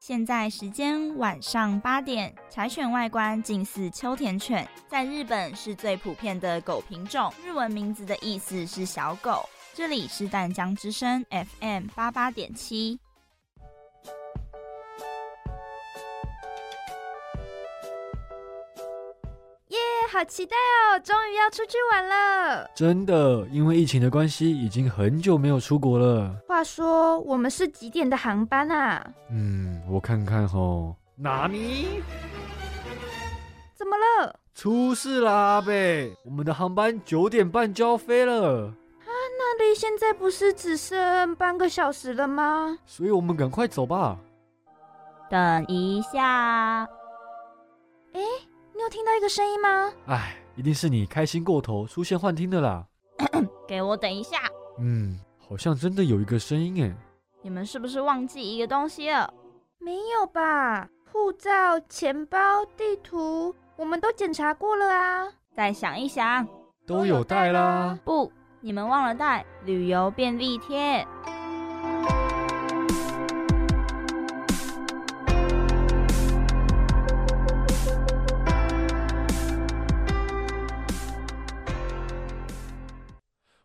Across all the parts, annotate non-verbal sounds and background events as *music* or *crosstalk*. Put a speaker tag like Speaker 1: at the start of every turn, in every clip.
Speaker 1: 现在时间晚上八点，柴犬外观近似秋田犬，在日本是最普遍的狗品种。日文名字的意思是小狗。这里是淡江之声 FM 八八点七。
Speaker 2: 耶、好期待哦！终于要出去玩了。
Speaker 3: 真的，因为疫情的关系，已经很久没有出国了。
Speaker 2: 话说，我们是几点的航班啊？
Speaker 3: 嗯，我看看吼，纳尼？
Speaker 2: 怎么了？
Speaker 3: 出事啦，阿贝！我们的航班九点半就要飞了，
Speaker 2: 那里现在不是只剩半个小时了吗？
Speaker 3: 所以我们赶快走吧。
Speaker 1: 等一下，
Speaker 2: 你有听到一个声音吗？
Speaker 3: 哎，一定是你开心过头，出现幻听的啦。
Speaker 1: 给我等一下！
Speaker 3: 嗯，好像真的有一个声音诶。
Speaker 1: 你们是不是忘记一个东西了？
Speaker 2: 没有吧？护照、钱包、地图，我们都检查过了啊。
Speaker 1: 再想一想。
Speaker 3: 都有带啦。
Speaker 1: 不，你们忘了带旅游便利贴。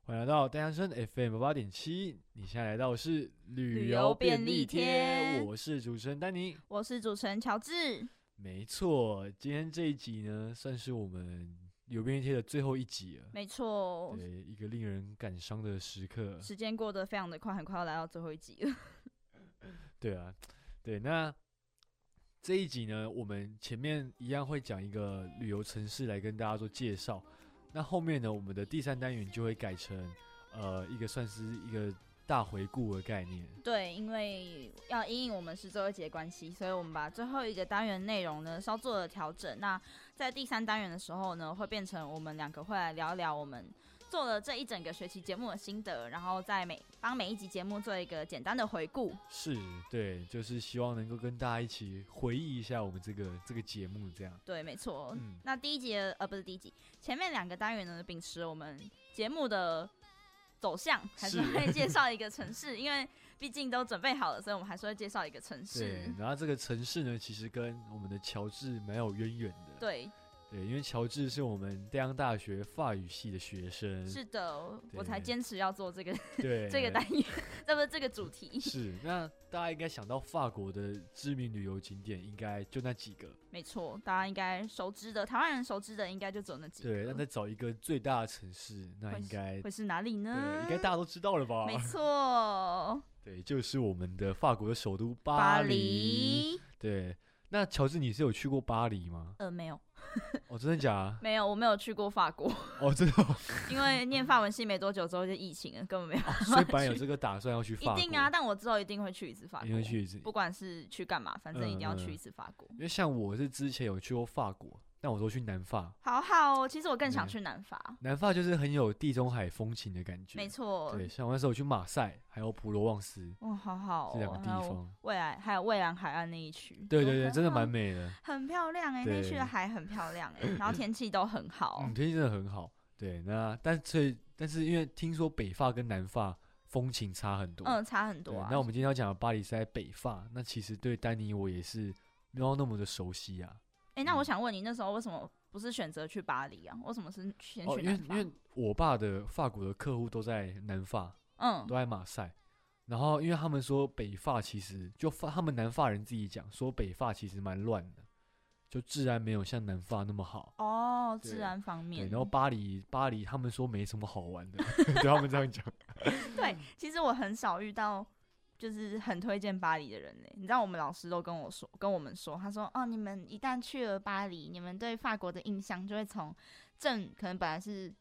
Speaker 3: 欢迎来到丹阳生 FM 八八点七，你现在来到的是旅
Speaker 1: 游便利贴
Speaker 3: 我是主持人丹尼。
Speaker 1: 我是主持人乔治。
Speaker 3: 没错，今天这一集呢，算是我们有便利贴的最后一集了。
Speaker 1: 没错，
Speaker 3: 对，啊一个令人感伤的时刻。
Speaker 1: 时间过得非常的快，很快要来到最后一集了。
Speaker 3: 对啊，对，那这一集呢，我们前面一样会讲一个旅游城市来跟大家做介绍。那后面呢，我们的第三单元就会改成呃一个算是一个大回顾的概念。
Speaker 1: 对，因为要因应我们是最后一集的关系，所以我们把最后一个单元内容呢稍做了调整。那在第三单元的时候呢，会变成我们两个会来聊一聊我们做了这一整个学期节目的心得，然后在每帮每一集节目做一个简单的回顾。
Speaker 3: 是对，就是希望能够跟大家一起回忆一下我们这个这个节目这样。
Speaker 1: 对，没错。
Speaker 3: 嗯，
Speaker 1: 那第一集的呃不是第一集，前面两个单元呢，秉持我们节目的走向，还是
Speaker 3: 是
Speaker 1: 会介绍一个城市，因为毕竟都准备好了，所以我们还是会介绍一个城
Speaker 3: 对
Speaker 1: 市。。
Speaker 3: 然后这个城市呢，其实跟我们的乔治蛮有渊源的。
Speaker 1: 对，
Speaker 3: 对，因为乔治是我们丹阳大学法语系的学生。
Speaker 1: 是的，我才
Speaker 3: 对
Speaker 1: 坚持要做这个 *laughs*
Speaker 3: 对，
Speaker 1: 这个单元，这不是这个主题，
Speaker 3: 是，那大家应该想到法国的知名旅游景点，应该就那几个。
Speaker 1: 没错，大家应该熟知的，台湾人熟知的应该就只有那几
Speaker 3: 对，那
Speaker 1: 个
Speaker 3: 再，找一个最大的城市，那应该
Speaker 1: 会是哪里
Speaker 3: 对，嗯
Speaker 1: 呢
Speaker 3: 应？该大家都知道了吧？
Speaker 1: 没错，
Speaker 3: 对，就是我们的法国的首都
Speaker 1: 巴
Speaker 3: 巴黎。
Speaker 1: 黎。？
Speaker 3: 对，那乔治，你是有去过巴黎吗
Speaker 1: 呃，没有，
Speaker 3: 哦，真的假的？
Speaker 1: 没有，我没有去过法国， *laughs*
Speaker 3: 哦，真的哦、
Speaker 1: 因为念法文系没多久之后就疫情了，根本没有
Speaker 3: *laughs* 所以本来有这个打算要去
Speaker 1: 一
Speaker 3: 法国，
Speaker 1: 定啊，但我之后一定会去一次法
Speaker 3: 因
Speaker 1: 国
Speaker 3: 为，去一次。
Speaker 1: 不管是去干嘛，反正一定要
Speaker 3: 嗯嗯
Speaker 1: 去一次法国。
Speaker 3: 因为像我是之前有去过法国，但我都去南法。
Speaker 1: 好好哦，其实我更想
Speaker 3: 对
Speaker 1: 去南法，
Speaker 3: 南法就是很有地中海风情的感觉，
Speaker 1: 没。错。
Speaker 3: 对，像我那时候去马赛，还有普罗旺斯
Speaker 1: 哇，好好、哦，
Speaker 3: 这两个地
Speaker 1: 还有
Speaker 3: 方。
Speaker 1: 蔚蓝还有蔚蓝海岸那一区，
Speaker 3: 对
Speaker 1: 都
Speaker 3: 对对，
Speaker 1: 很
Speaker 3: 真的
Speaker 1: 好
Speaker 3: 蛮美的。
Speaker 1: 哦很漂亮哎、那一区
Speaker 3: 对嗯
Speaker 1: 的海很漂亮哎、然后天气都很好。
Speaker 3: 嗯，天气真的很好。对，那但所以但是因为听说北法跟南法风情差很多。
Speaker 1: 嗯，差很
Speaker 3: 对，
Speaker 1: 多啊。
Speaker 3: 那我们今天要讲的巴黎是在北法，那其实对丹尼我也是没有那么的熟悉啊。
Speaker 1: 哎、那我想问你，那时候为什么不是选择去巴黎啊？为什么是先
Speaker 3: 哦，
Speaker 1: 去
Speaker 3: 因为
Speaker 1: 南法？
Speaker 3: 因为我爸的法国的客户都在南法，
Speaker 1: 嗯
Speaker 3: 都在马赛。然后，因为他们说北法其实就法，他们南法人自己讲说北法其实蛮乱的，就治安没有像南法那么好。
Speaker 1: 哦，
Speaker 3: 对
Speaker 1: 治安方
Speaker 3: 对，
Speaker 1: 面。
Speaker 3: 然后巴黎，巴黎他们说没什么好玩的， *laughs* 对他们这样讲。
Speaker 1: 对，其实我很少遇到就是很推荐巴黎的人呢。欸你知道我们老师都跟我说，跟我们说，他说哦，你们一旦去了巴黎，你们对法国的印象就会从正，可能本来是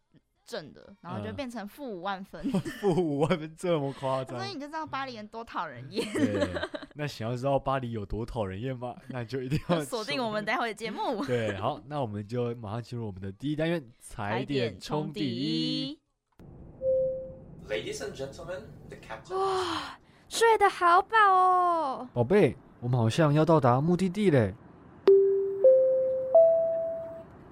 Speaker 1: 正的，然后就
Speaker 3: 嗯
Speaker 1: 变成负五万分，
Speaker 3: 不，我们这么夸张
Speaker 1: 所。以你就知道巴黎人多讨人
Speaker 3: *laughs*
Speaker 1: 厌。
Speaker 3: 对，那想要知道巴黎有多讨人厌吗？那就一定要
Speaker 1: 锁定
Speaker 3: 收。
Speaker 1: 我们待会的节目
Speaker 3: 对，好，那我们就马上进入我们的第一单元——踩点冲第一。，
Speaker 4: Ladies and gentlemen, the captain. *laughs*
Speaker 2: 睡得好饱哦。
Speaker 3: 宝贝，我们好像要到达目的地嘞。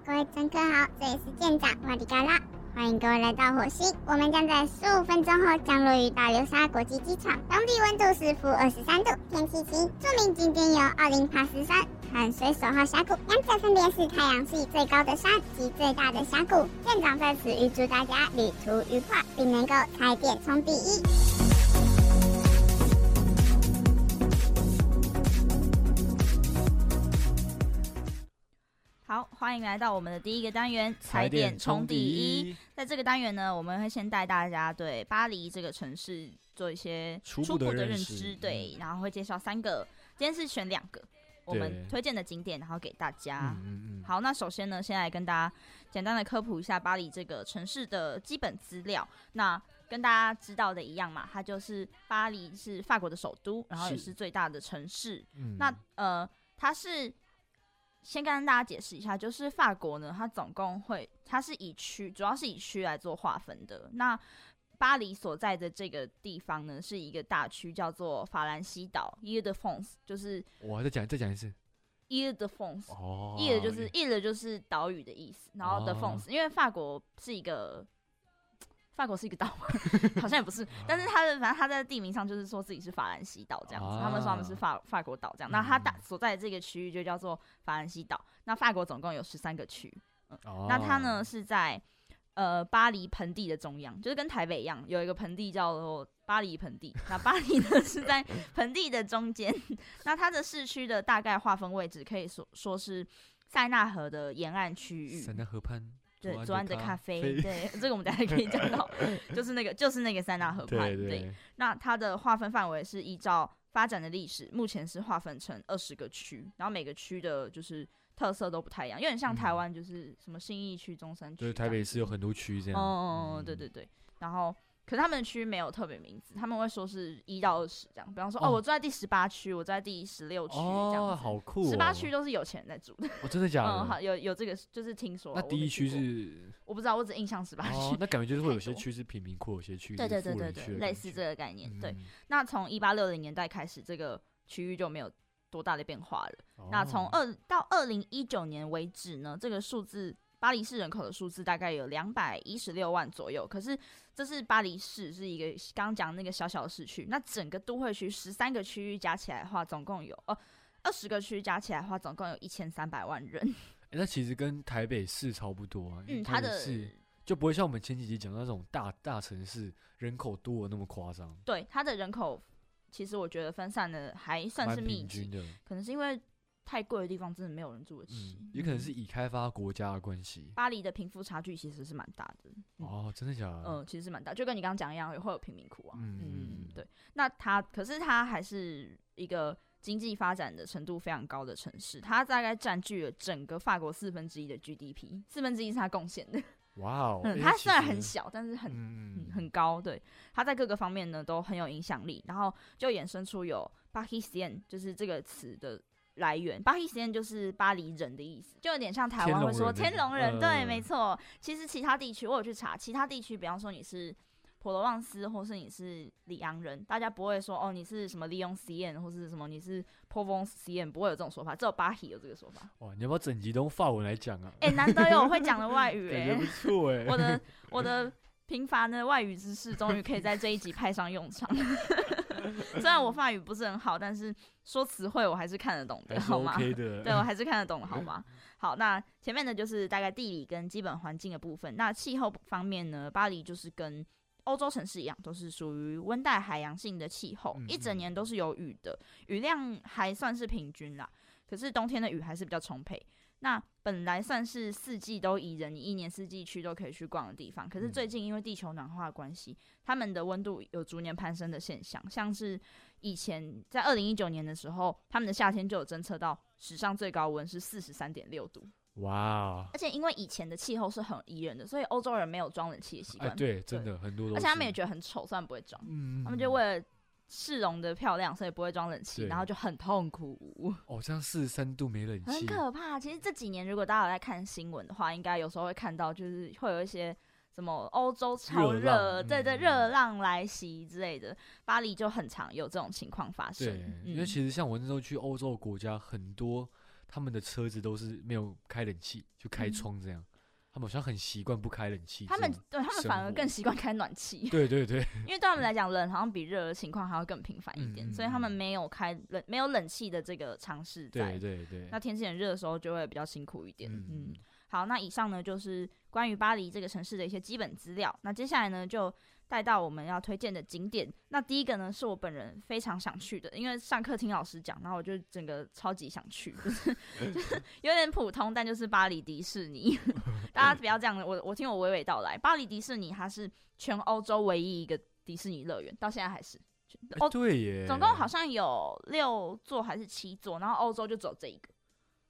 Speaker 5: 各位乘客好，这里是舰长瓦迪嘎拉，
Speaker 4: 欢迎各位来到火星，我们将在十五分钟后降落于大流沙国际机场，当地温度是负二十三度，天气晴。著名景点有奥林帕斯山和水手号峡谷，两者分别是太阳系最高的山及最大的峡谷。院长在此预祝大家旅途愉快，并能够开店冲第一。
Speaker 1: 好，欢迎来到我们的第一个单元——踩
Speaker 3: 踩
Speaker 1: 点
Speaker 3: 点
Speaker 1: 冲
Speaker 3: 冲
Speaker 1: 第
Speaker 3: 第
Speaker 1: 一。
Speaker 3: 一，
Speaker 1: 在这个单元呢，我们会先带大家对巴黎这个城市做一些
Speaker 3: 初步
Speaker 1: 初步
Speaker 3: 的
Speaker 1: 的
Speaker 3: 认
Speaker 1: 认
Speaker 3: 识嗯
Speaker 1: 知，对，然后会介绍三个，今天是选两个我们
Speaker 3: 对
Speaker 1: 推荐的景点，然后给大家。
Speaker 3: 嗯嗯嗯，
Speaker 1: 好，那首先呢，先来跟大家简单的科普一下巴黎这个城市的基本资料。那跟大家知道的一样嘛，它就是巴黎是法国的首都，然后也
Speaker 3: 是
Speaker 1: 是最大的城市。
Speaker 3: 嗯，
Speaker 1: 那呃，它是先跟大家解释一下，就是法国呢，它总共会它是以区，主要是以区来做划分的。那巴黎所在的这个地方呢，是一个大区，叫做法兰西岛 （Ile de France），就是
Speaker 3: 我再讲再讲一次
Speaker 1: Ile de France。
Speaker 3: 哦
Speaker 1: Ile 就是 Ile 就是岛屿的意思，然后 de
Speaker 3: 哦
Speaker 1: France，、因为法国是一个。法国是一个岛吗， *laughs* 好像也不
Speaker 3: *laughs*
Speaker 1: 是，但
Speaker 3: 啊
Speaker 1: 是它的反正它在地名上就是说自己是法兰西岛这样子，他们说他们是
Speaker 3: 啊
Speaker 1: 法法国岛这样。那它大
Speaker 3: 嗯
Speaker 1: 所在的这个区域就叫做法兰西岛。那法国总共有十三个区，
Speaker 3: 哦
Speaker 1: 那它呢是在呃巴黎盆地的中央，就是跟台北一样，有一个盆地叫做巴黎盆地。那巴黎呢是在盆地的中间， *laughs* 那它的市区的大概划分位置可以说说是塞纳河的沿岸区域。
Speaker 3: 塞纳河畔，
Speaker 1: 对，左岸的咖啡，
Speaker 3: 啡
Speaker 1: 对，这个我们等一下可以讲到， *laughs* 就是那个就是那个塞纳河畔，
Speaker 3: 对对，
Speaker 1: 那它的划分范围是依照发展的历史，目前是划分成二十个区，然后每个区的就是特色都不太一样，有点像台湾就是什么信义区、中山区这
Speaker 3: 嗯就
Speaker 1: 样，
Speaker 3: 是台北市有很多区这
Speaker 1: 嗯。
Speaker 3: 样，
Speaker 1: 哦哦，
Speaker 3: 嗯
Speaker 1: 对对对，然后。可是他们的区没有特别名字，他们会说是一到二十这样。比方说，哦，
Speaker 3: 哦
Speaker 1: 我住在第十八区，我住在第十六区这样
Speaker 3: 哦，
Speaker 1: 子。
Speaker 3: 好酷哦，
Speaker 1: 十八区都是有钱人在住的。
Speaker 3: 哦，真的假
Speaker 1: 嗯，好，
Speaker 3: 的？
Speaker 1: 有有这个就是听说。
Speaker 3: 那
Speaker 1: 我
Speaker 3: 第
Speaker 1: 没
Speaker 3: 一
Speaker 1: 去
Speaker 3: 区
Speaker 1: 过
Speaker 3: 是
Speaker 1: 我不知道，我只印象十八
Speaker 3: 哦
Speaker 1: 区。，
Speaker 3: 那感觉就是会有
Speaker 1: 太
Speaker 3: 些
Speaker 1: 多
Speaker 3: 区是贫民窟，有些区
Speaker 1: 对
Speaker 3: 是
Speaker 1: 对对
Speaker 3: 富
Speaker 1: 对
Speaker 3: 人区
Speaker 1: 对，
Speaker 3: 的
Speaker 1: 类
Speaker 3: 感
Speaker 1: 似这
Speaker 3: 觉，
Speaker 1: 个概念。对，
Speaker 3: 嗯，
Speaker 1: 那从一八六零年代开始，这个区域就没有多大的变化了。那从
Speaker 3: 哦
Speaker 1: 二到二零一九年为止呢，这个数字巴黎市人口的数字大概有两百一十六万左右。可是这是巴黎市是一个刚讲那个小小的市区，那整个都会区十三个区域加起来的话，总共有呃二十个区域加起来的话，总共有一千三百万人。
Speaker 3: 欸那其实跟台北市差不多啊，因为
Speaker 1: 嗯，它
Speaker 3: 台北
Speaker 1: 的
Speaker 3: 市就不会像我们前几集讲到那种大大城市人口多的那么夸张，
Speaker 1: 对它的人口，其实我觉得分散的还算
Speaker 3: 蛮
Speaker 1: 是密
Speaker 3: 平
Speaker 1: 集
Speaker 3: 均，的，
Speaker 1: 可能是因为太贵的地方真的没有人住得起，
Speaker 3: 嗯，也可能
Speaker 1: 嗯
Speaker 3: 是已开发国家的关系。
Speaker 1: 巴黎的贫富差距其实是蛮大的，嗯
Speaker 3: 哦，真的假的？
Speaker 1: 嗯，其实是蛮大，就跟你刚刚讲一样，也会有贫民窟啊，
Speaker 3: 嗯
Speaker 1: 嗯，对。那它可是它还是一个经济发展的程度非常高的城市，它大概占据了整个法国四分之一的 GDP，四分之一是它贡献的。
Speaker 3: 哇哦，
Speaker 1: 嗯，*laughs*
Speaker 3: 欸
Speaker 1: 它
Speaker 3: 其
Speaker 1: 虽然很
Speaker 3: 实
Speaker 1: 小，但是很
Speaker 3: 嗯
Speaker 1: 嗯，很高，对，它在各个方面呢都很有影响力，然后就衍生出有巴 a 西 i 就是这个词的来源。巴 a 西 i 就是巴黎人的意思，就有点像台湾会说
Speaker 3: 天
Speaker 1: 天龙
Speaker 3: 龙
Speaker 1: 人，
Speaker 3: 人那种
Speaker 1: 对，
Speaker 3: 嗯
Speaker 1: 没错。其实其他地区我有去查，其他地区，比方说你是普罗旺斯，或是你是里昂人，大家不会说哦你是什么利用 C N 或是什么你是 p o v o n C N，不会有这种说法，只有巴黎有这个说法。
Speaker 3: 哇，你要不要整集都用法文来讲啊？
Speaker 1: 哎、难得有我会讲的外语、
Speaker 3: *laughs* 感
Speaker 1: 哎
Speaker 3: 觉。不
Speaker 1: *laughs*
Speaker 3: 错哎，
Speaker 1: 我的我的平凡的外语知识终于可以在这一集派上用
Speaker 3: *laughs*
Speaker 1: 场。虽然我法语不是很好，但是说词汇我还是看得懂
Speaker 3: 还
Speaker 1: 的，
Speaker 3: 是
Speaker 1: 好吗
Speaker 3: OK 的。
Speaker 1: 对，我还是看得懂的，好吗？好，那前面的就是大概地理跟基本环境的部分。那气候方面呢，巴黎就是跟欧洲城市一样，都是属于温带海洋性的气候，
Speaker 3: 嗯
Speaker 1: 一整年都是有雨的，雨量还算是平均啦。可是冬天的雨还是比较充沛。那本来算是四季都宜人，你一年四季去都可以去逛的地方。可是
Speaker 3: 嗯
Speaker 1: 最近因为地球暖化的关系，他们的温度有逐年攀升的现象，像是以前在二零一九年的时候，他们的夏天就有侦测到史上最高温是四十三点六度，
Speaker 3: *laughs* 哇，哦
Speaker 1: 而且因为以前的气候是很宜人的，所以欧洲人没有装冷气的习
Speaker 3: 哎，
Speaker 1: 惯，
Speaker 3: 对，真的很多都
Speaker 1: 而
Speaker 3: 是，
Speaker 1: 且他们也觉得很丑，虽然不会装，
Speaker 3: 嗯，嗯，
Speaker 1: 他们就
Speaker 3: 嗯
Speaker 1: 为了市容的漂亮，所以不会装冷气，
Speaker 3: 对
Speaker 1: 然后就很痛苦，
Speaker 3: 哦，这样四十三度没冷
Speaker 1: 很
Speaker 3: 气，
Speaker 1: 可怕。其实这几年如果大家有在看新闻的话，应该有时候会看到，就是会有一些。什么欧洲超
Speaker 3: 热
Speaker 1: 热，
Speaker 3: 浪
Speaker 1: 对对，
Speaker 3: 嗯
Speaker 1: 热浪来袭之类的，巴黎就很常有这种情况发生
Speaker 3: 对。，因为
Speaker 1: 嗯
Speaker 3: 其实像我那时候去欧洲的国家，很多他们的车子都是没有开冷气，就开
Speaker 1: 嗯
Speaker 3: 窗这样，他们好像很习惯不开冷气这
Speaker 1: 他们
Speaker 3: 种生活。
Speaker 1: 对他们反而更习惯开暖气，
Speaker 3: 对对对，
Speaker 1: 因为对他们来讲，冷好像比热的情况还要更频繁一点，
Speaker 3: 嗯嗯
Speaker 1: 所以他们
Speaker 3: 嗯
Speaker 1: 没有开冷没有冷气的这个尝试 *laughs* 在。
Speaker 3: 对对对
Speaker 1: 那，天气很热的时候就会比较辛苦一点。嗯
Speaker 3: 嗯，
Speaker 1: 好，那以上呢就是关于巴黎这个城市的一些基本资料。那接下来呢就带到我们要推荐的景点。那第一个呢是我本人非常想去的，因为上课听老师讲，然后我就整个超级想去，就是
Speaker 3: *laughs*
Speaker 1: 就是有点普通，但就是巴黎迪士尼。 *laughs* 大家不要这样，我我听我娓娓道来。巴黎迪士尼它是全欧洲唯一一个迪士尼乐园，到现在还是。
Speaker 3: 哎
Speaker 1: 欧
Speaker 3: 对耶，
Speaker 1: 哦总共好像有六座还是七座，然后欧洲就只有这一个。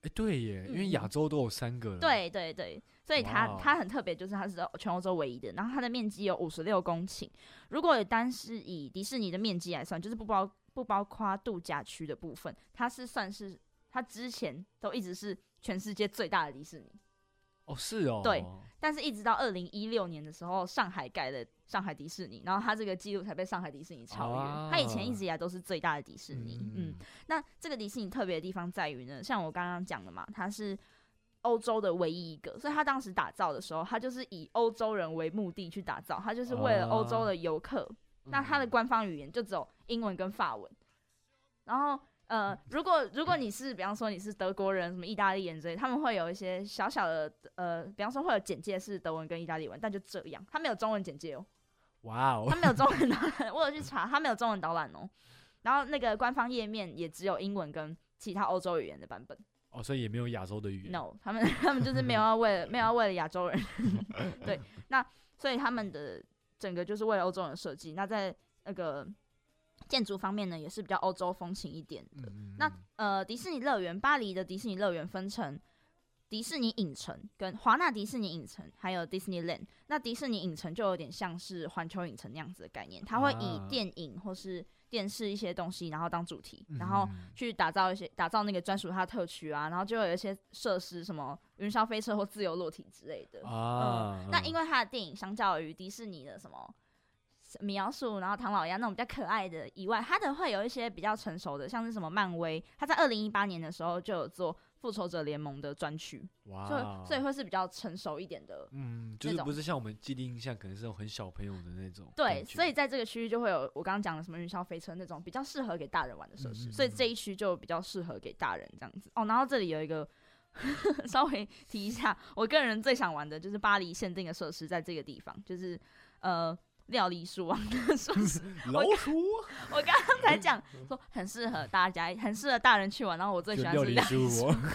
Speaker 3: 哎对耶，因为
Speaker 1: 嗯
Speaker 3: 亚洲都有三个了，
Speaker 1: 对对对，所以它
Speaker 3: 嗯哇哦
Speaker 1: 它很特别，就是它是全欧洲唯一的，然后它的面积有五十六公顷。如果单是以迪士尼的面积来算，就是不包不包括度假区的部分，它是算是它之前都一直是全世界最大的迪士尼，
Speaker 3: 哦是哦，
Speaker 1: 对但是一直到二零一六年的时候，上海盖了上海迪士尼，然后它这个记录才被上海迪士尼超越。它以前一直
Speaker 3: 哦
Speaker 1: 以来都是最大的迪士尼，嗯那这个迪士尼特别的地方在于呢，像我刚刚讲的嘛，它是欧洲的唯一一个，所以它当时打造的时候，它就是以欧洲人为目的去打造，它就是为了欧洲的游客。
Speaker 3: 嗯
Speaker 1: 那它的官方语言就只有英文跟法文，然后。呃，如果如果你是比方说你是德国人、什么意大利人之类，他们会有一些小小的呃，比方说会有简介是德文跟意大利文，但就这样，它没有中文简介哦。
Speaker 3: 哇哦
Speaker 1: 他，没有中文导览， *laughs* 我有去查，他没有中文导览哦。然后那个官方页面也只有英文跟其他欧洲语言的版本。
Speaker 3: 哦所以也没有亚洲的语言
Speaker 1: No，他们 *laughs* 他们就是没有要为了没有要为了亚洲人， *laughs* 对，那所以他们的整个就是为了欧洲人设计。那在那个建筑方面呢，也是比较欧洲风情一点的。
Speaker 3: 嗯
Speaker 1: 那
Speaker 3: 嗯
Speaker 1: 呃，迪士尼乐园，巴黎的迪士尼乐园分成迪士尼影城、跟华纳迪士尼影城，还有 Disneyland。那迪士尼影城就有点像是环球影城那样子的概念，它会以
Speaker 3: 啊
Speaker 1: 电影或是电视一些东西，然后当主题，
Speaker 3: 嗯
Speaker 1: 然后
Speaker 3: 嗯
Speaker 1: 去打造一些打造那个专属它的特区啊，然后就会有一些设施，什么云霄飞车或自由落体之类的。
Speaker 3: 啊，
Speaker 1: 呃那因
Speaker 3: 为
Speaker 1: 为它的电影相较于迪士尼的什么米老鼠，然后唐老鸭那种比较可爱的以外，它的会有一些比较成熟的，像是什么漫威，它在二零一八年的时候就有做复仇者联盟的专区，
Speaker 3: 哇
Speaker 1: 所
Speaker 3: 哦
Speaker 1: 以所以会是比较成熟一点的。
Speaker 3: 嗯，就
Speaker 1: 那
Speaker 3: 是
Speaker 1: 种
Speaker 3: 不是像我们既定印象，可能是那种很小朋友的那种
Speaker 1: 对，
Speaker 3: 感觉。
Speaker 1: 所以在这个区域就会有我刚刚讲的什么云霄飞车那种比较适合给大人玩的设施，
Speaker 3: 嗯嗯
Speaker 1: 所以
Speaker 3: 嗯
Speaker 1: 这一区就比较适合给大人这样子。哦，然后这里有一个 *laughs* 稍微提一下，我个人最想玩的就是巴黎限定的设施，在这个地方就是呃料理鼠王的设施，
Speaker 3: 老
Speaker 1: *laughs*
Speaker 3: 鼠
Speaker 1: 我刚刚才
Speaker 3: *laughs*
Speaker 1: 讲说很适合大家，很适合大人去玩。然后我最喜
Speaker 3: 就
Speaker 1: 欢
Speaker 3: 料
Speaker 1: 是
Speaker 3: 理
Speaker 1: 料
Speaker 3: 鼠哦
Speaker 1: 理鼠。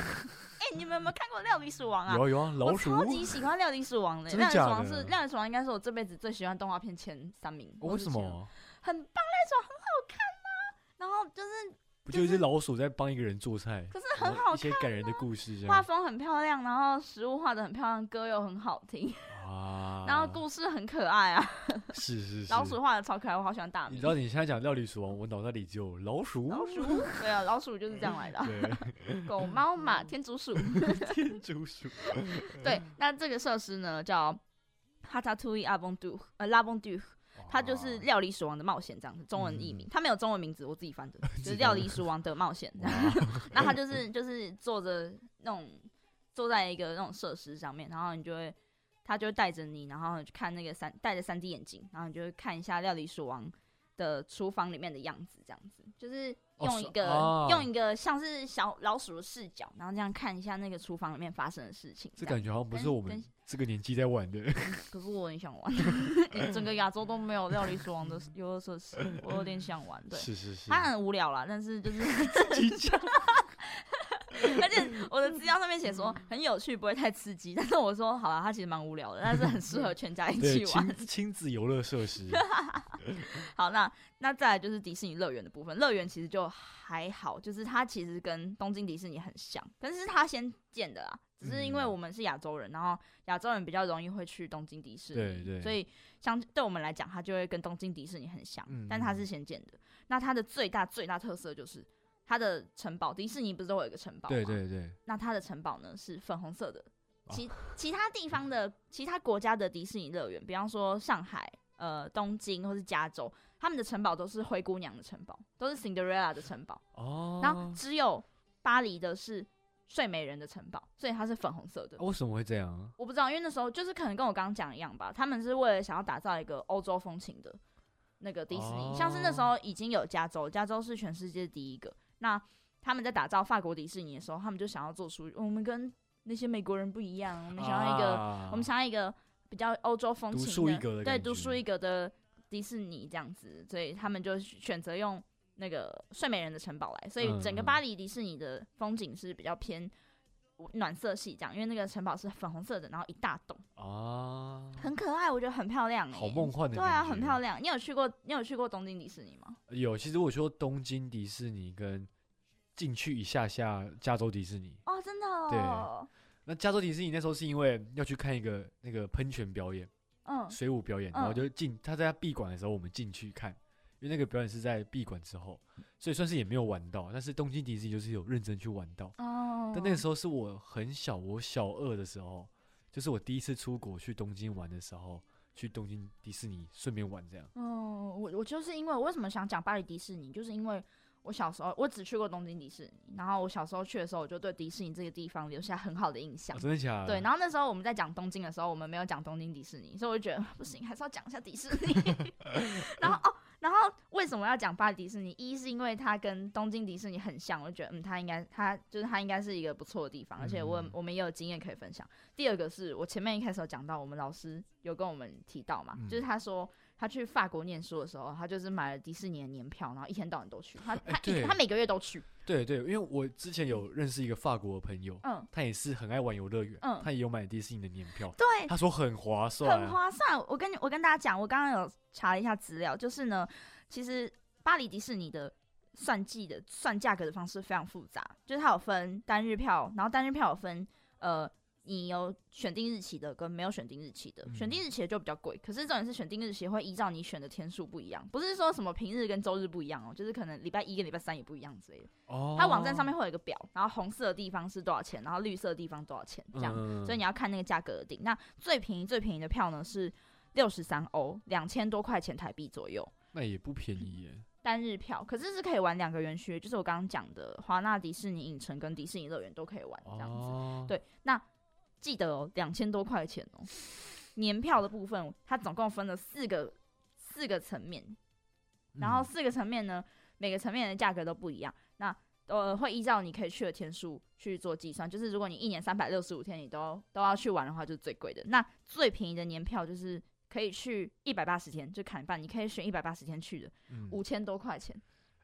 Speaker 1: 哎、你们有没有看过《料理鼠王》啊？
Speaker 3: *laughs* 有啊有啊，老
Speaker 1: 我
Speaker 3: 鼠
Speaker 1: 超级喜欢《料理鼠王》的，《
Speaker 3: 真
Speaker 1: 料
Speaker 3: 的
Speaker 1: 理鼠
Speaker 3: 假
Speaker 1: 王》
Speaker 3: 的
Speaker 1: 是《料理鼠王》应该是我这辈子最喜欢动画片前三名。
Speaker 3: 哦
Speaker 1: 我
Speaker 3: 为
Speaker 1: 是
Speaker 3: 什
Speaker 1: 觉得
Speaker 3: 么？
Speaker 1: 很棒，《料理鼠王》很好看呐、然后就是
Speaker 3: 不
Speaker 1: 就
Speaker 3: 就是是老鼠在帮一个人做菜？
Speaker 1: 可是 *laughs*
Speaker 3: 然
Speaker 1: 很
Speaker 3: 后
Speaker 1: 好啊
Speaker 3: 一些感人的故事这
Speaker 1: 画
Speaker 3: 样
Speaker 1: 风很漂亮，然后食物画的很漂亮，歌又很好听，
Speaker 3: 啊
Speaker 1: 然后故事很可爱啊，
Speaker 3: 是是是
Speaker 1: 老鼠。画的超可爱，我好喜欢大
Speaker 3: 你
Speaker 1: 米
Speaker 3: 知。道你现在讲料理鼠王，我脑袋里只有老鼠。
Speaker 1: 老鼠， *laughs* 对啊，老鼠就是这样来的啊、
Speaker 3: 对，
Speaker 1: *laughs* 狗、猫、马、天竺鼠。
Speaker 3: 天竺鼠。
Speaker 1: 对，那这个设施呢叫 Hatatouille a b o n d u 呃 l a b o n d u 它就是《料理鼠王的冒险》这样子，中文译名，它没有中文名字，我自己翻的，就是《料理鼠王的冒险》这
Speaker 3: 哇。
Speaker 1: 样。
Speaker 3: *laughs* 哇
Speaker 1: 那它就是就是坐着那种坐在一个那种设施上面，然后你就会，它就会带着你，然后你去看那个三戴着三 D 眼镜，然后你就会看一下《料理鼠王》的厨房里面的样子，这样子，就是
Speaker 3: 哦
Speaker 1: 用
Speaker 3: 是
Speaker 1: 一个、
Speaker 3: 哦
Speaker 1: 用一个像是小老鼠的视角，然后这样看一下那个厨房里面发生的事情。
Speaker 3: 这
Speaker 1: 样
Speaker 3: 感觉好像不
Speaker 1: 跟
Speaker 3: 是我们
Speaker 1: 跟
Speaker 3: 这个年纪在玩的。
Speaker 1: 可是我很想玩， *laughs* 欸整个亚洲都没有料理鼠王的游乐设施，我有点想玩。 *laughs* 对，
Speaker 3: 是是是。
Speaker 1: 它很无聊啦，但是就是 *laughs* 而且我的资料上面写说很有趣，不会太刺激。但是我说好了，它其实蛮无聊的，但是很适合全家一
Speaker 3: 对
Speaker 1: 起玩。
Speaker 3: 亲亲子游乐设
Speaker 1: *laughs*
Speaker 3: 施。
Speaker 1: 好，那那再来就是迪士尼乐园的部分，乐园其实就还好，就是它其实跟东京迪士尼很像，但是它先建的啦。只是因为
Speaker 3: 嗯
Speaker 1: 我们是亚洲人，然后亚洲人比较容易会去东京迪士尼，
Speaker 3: 对对
Speaker 1: 所以相对我们来讲，它就会跟东京迪士尼很像，
Speaker 3: 嗯
Speaker 1: 但它是先建的。那它的最大最大特色就是它的城堡，迪士尼不是都会有一个城堡吗？
Speaker 3: 对对对。
Speaker 1: 那它的城堡呢是粉红色的。
Speaker 3: 哦
Speaker 1: 其其他地方的其他国家的迪士尼乐园，比方说上海、呃东京或是加州，他们的城堡都是灰姑娘的城堡，都是 Cinderella 的城堡。
Speaker 3: 哦。
Speaker 1: 然后只有巴黎的是睡美人的城堡，所以它是粉红色的。
Speaker 3: 为什么会这样啊？
Speaker 1: 我不知道，因为那时候就是可能跟我刚刚讲一样吧，他们是为了想要打造一个欧洲风情的那个迪士尼，像是那时候已经有加州，加州是全世界第一个。那他们在打造法国迪士尼的时候，他们就想要做出我们跟那些美国人不一样，我
Speaker 3: 我
Speaker 1: 们想要一个，我们
Speaker 3: 要
Speaker 1: 想要一个比较欧洲风
Speaker 3: 啊独
Speaker 1: 情
Speaker 3: 树一格
Speaker 1: 对，
Speaker 3: 的感
Speaker 1: 独
Speaker 3: 觉
Speaker 1: 树一格的迪士尼这样子，所以他们就选择用那个睡美人的城堡来，所以整个
Speaker 3: 嗯嗯
Speaker 1: 巴黎迪士尼的风景是比较偏暖色系这样，因为那个城堡是粉红色的，然后一大栋，
Speaker 3: 啊，
Speaker 1: 很可爱，我觉得很漂亮、欸，
Speaker 3: 好梦幻的
Speaker 1: 对啊，
Speaker 3: 感
Speaker 1: 很
Speaker 3: 觉
Speaker 1: 漂亮。你有去过你有去过东京迪士尼吗？
Speaker 3: 有，其实我说东京迪士尼跟进去一下下加州迪士尼，
Speaker 1: 哦，真的哦，
Speaker 3: 那加州迪士尼那时候是因为要去看一个那个喷泉表演、
Speaker 1: 嗯，
Speaker 3: 水舞表演，然
Speaker 1: 嗯
Speaker 3: 后就进他在他闭馆的时候我们进去看，因为那个表演是在闭馆之后，所以算是也没有玩到。但是东京迪士尼就是有认真去玩到。
Speaker 1: 哦，
Speaker 3: 但那个时候是我很小，我小二的时候，就是我第一次出国去东京玩的时候，去东京迪士尼顺便玩这样。
Speaker 1: 哦，我我就是因为我为什么想讲巴黎迪士尼，就是因为我小时候我只去过东京迪士尼，然后我小时候去的时候，我就对迪士尼这个地方留下很好的印象
Speaker 3: 哦、。真的假的？
Speaker 1: 对，然后那时候我们在讲东京的时候，我们没有讲东京迪士尼，所以我就觉得不行，还是要讲一下迪士
Speaker 3: *laughs*
Speaker 1: 尼。 *laughs* 然后哦，然后为什么要讲巴黎迪士尼？一是因为它跟东京迪士尼很像，我就觉得嗯，它应该它就是它应该是一个不错的地方，而且我
Speaker 3: 嗯
Speaker 1: 我们也有经验可以分享。第二个是我前面一开始有讲到，我们老师有跟我们提到嘛，就是
Speaker 3: 嗯
Speaker 1: 他说。他去法国念书的时候，他就是买了迪士尼的年票，然后一天到晚都去。他他一
Speaker 3: 哎对
Speaker 1: 他每个月都去，
Speaker 3: 对对，因为我之前有认识一个法国的朋友，
Speaker 1: 嗯，
Speaker 3: 他也是很爱玩游乐园，
Speaker 1: 嗯
Speaker 3: 他也有买迪士尼的年票，
Speaker 1: 对，
Speaker 3: 他说很划算，
Speaker 1: 很划算。我跟你我跟大家讲，我刚刚有查了一下资料，就是呢，其实巴黎迪士尼的算计的算价格的方式非常复杂，就是它有分单日票，然后单日票有分呃。你有选定日期的跟没有选定日期的，
Speaker 3: 嗯
Speaker 1: 选定日期的就比较贵。可是重点是选定日期会依照你选的天数不一样，不是说什么平日跟周日不一样哦，就是可能礼拜一跟礼拜三也不一样之类的。
Speaker 3: 哦，
Speaker 1: 它网站上面会有一个表，然后红色的地方是多少钱，然后绿色的地方多少钱，这样。
Speaker 3: 嗯
Speaker 1: 所以你要看那个价格而定。那最便宜最便宜的票呢是六十三欧，两千多块钱台币左右
Speaker 3: 嗯那也不便宜耶。
Speaker 1: 单日票，可是是可以玩两个园区，就是我刚刚讲的华纳迪士尼影城跟迪士尼乐园都可以嗯玩这样子。
Speaker 3: 哦，
Speaker 1: 对，那记得哦，两千多块钱哦。年票的部分，它总共分了四个四个层面，
Speaker 3: 嗯，
Speaker 1: 然后四个层面呢，每个层面的价格都不一样。那呃，会依照你可以去的天数去做计算，就是如果你一年三百六十五天你都都要去玩的话，就是最贵的。那最便宜的年票就是可以去一百八十天，就砍一半，你可以选一百八十天去的，
Speaker 3: 嗯
Speaker 1: 五千多块钱，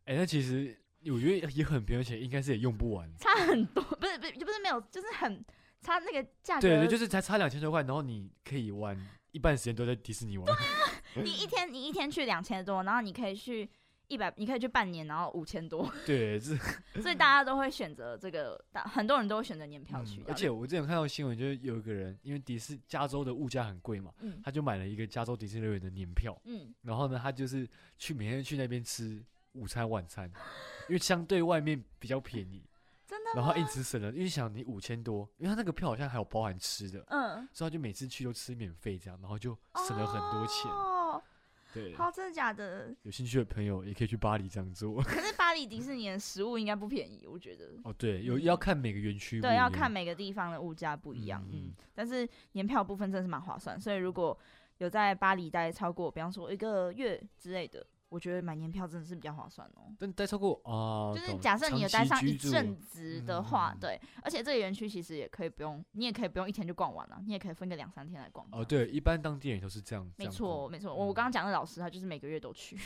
Speaker 3: 哎、那其实我觉得也很便宜，而且应该是也用不完。
Speaker 1: 差很多，不是不是不是没有，就是很差那个价格。
Speaker 3: 对对，就是才差两千多块，然后你可以玩一半时间都在迪士尼玩。
Speaker 1: 你一天你一天去两千多，然后你可以去。一百，你可以去半年，然后五千多， *laughs*
Speaker 3: *laughs* 对，这、
Speaker 1: 所以大家都会选择这个，大很多人都会选择年票去
Speaker 3: 嗯
Speaker 1: 这样子、
Speaker 3: 而且我之前看到新闻，就是有一个人因为迪士加州的物价很贵嘛，
Speaker 1: 嗯
Speaker 3: 他就买了一个加州迪士尼乐园的年票，
Speaker 1: 嗯，
Speaker 3: 然后呢，他就是去每天去那边吃午餐晚餐，因为相对外面比较便宜，
Speaker 1: 真的
Speaker 3: 然后他因此省了，因为想你五千多，因为他那个票好像还有包含吃的，
Speaker 1: 嗯，
Speaker 3: 所以他就每次去都吃免费这样，然后就省了很多钱。
Speaker 1: 哦，
Speaker 3: 对，
Speaker 1: 好，真的假的？
Speaker 3: 有兴趣的朋友也可以去巴黎这样做。 *laughs*
Speaker 1: 可是巴黎迪士尼的食物应该不便宜，我觉得。
Speaker 3: 哦，对，有
Speaker 1: 嗯
Speaker 3: 要看每个园区不
Speaker 1: 对，
Speaker 3: 一
Speaker 1: 要
Speaker 3: 样，
Speaker 1: 看每个地方的物价不一样，嗯
Speaker 3: 嗯，
Speaker 1: 但是年票部分真的是蛮划算，所以如果有在巴黎待超过，比方说一个月之类的，我觉得买年票真的是比较划算哦。
Speaker 3: 但待超过啊，
Speaker 1: 就是
Speaker 3: 懂
Speaker 1: 假设你有待
Speaker 3: 长
Speaker 1: 上
Speaker 3: 期
Speaker 1: 一
Speaker 3: 居住
Speaker 1: 阵子的话，
Speaker 3: 嗯
Speaker 1: 对，而且这个园区其实也可以不用，你也可以不用一天就逛完啊了，你也可以分个两三天来逛。
Speaker 3: 哦，，对，一般当地人都是这样，这
Speaker 1: 没
Speaker 3: 样
Speaker 1: 错
Speaker 3: 过，
Speaker 1: 没错，我我
Speaker 3: 嗯
Speaker 1: 刚刚讲的老师他就是每个月都去。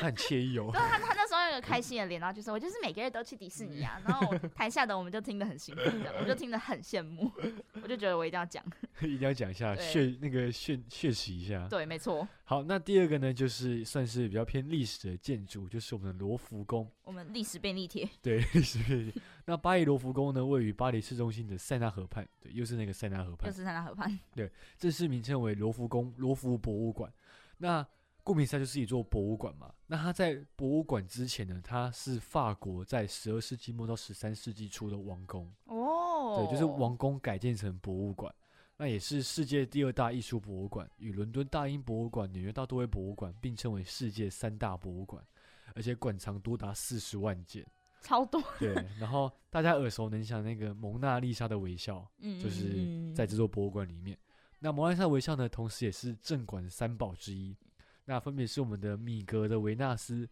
Speaker 3: 他很惬意哦。
Speaker 1: 他他那时候有个开心的脸，然后就说：“我就是每个月都去迪士尼
Speaker 3: 嗯
Speaker 1: 啊。”然后我台下的我们就听得很兴
Speaker 3: *laughs*
Speaker 1: 奋，这样我就听得很羡慕，我就觉得我一定要讲。
Speaker 3: *laughs* 一定要讲一下，
Speaker 1: 对
Speaker 3: 血那个血血洗一下。
Speaker 1: 对，没错，
Speaker 3: 好，那第二个呢，就是算是比较偏历史的建筑，就是我们的罗浮宫。
Speaker 1: 我们历史便利
Speaker 3: *laughs*
Speaker 1: 贴。
Speaker 3: 对，历史偏。那巴黎罗浮宫呢，位于巴黎市中心的塞纳河畔，对，又是那个塞纳河
Speaker 1: 又
Speaker 3: 畔，
Speaker 1: 是三大河畔，
Speaker 3: 正式名称为罗浮宫罗浮博物馆。那顾名思义，它就是一座博物馆嘛。那它在博物馆之前呢，它是法国在十二世纪末到十三世纪初的王宫。
Speaker 1: 哦
Speaker 3: 对，就是王宫改建成博物馆，那也是世界第二大艺术博物馆，与伦敦大英博物馆、纽约大都会博物馆并称为世界三大博物馆，而且馆藏多达四十万件。
Speaker 1: 超多，
Speaker 3: 对，然后大家耳熟能详那个蒙娜丽莎的微笑，
Speaker 1: 嗯，
Speaker 3: *laughs* 就是在这座博物馆里面。那蒙娜丽莎微笑呢，同时也是镇馆三宝之一。那分别是我们的米格的维纳斯、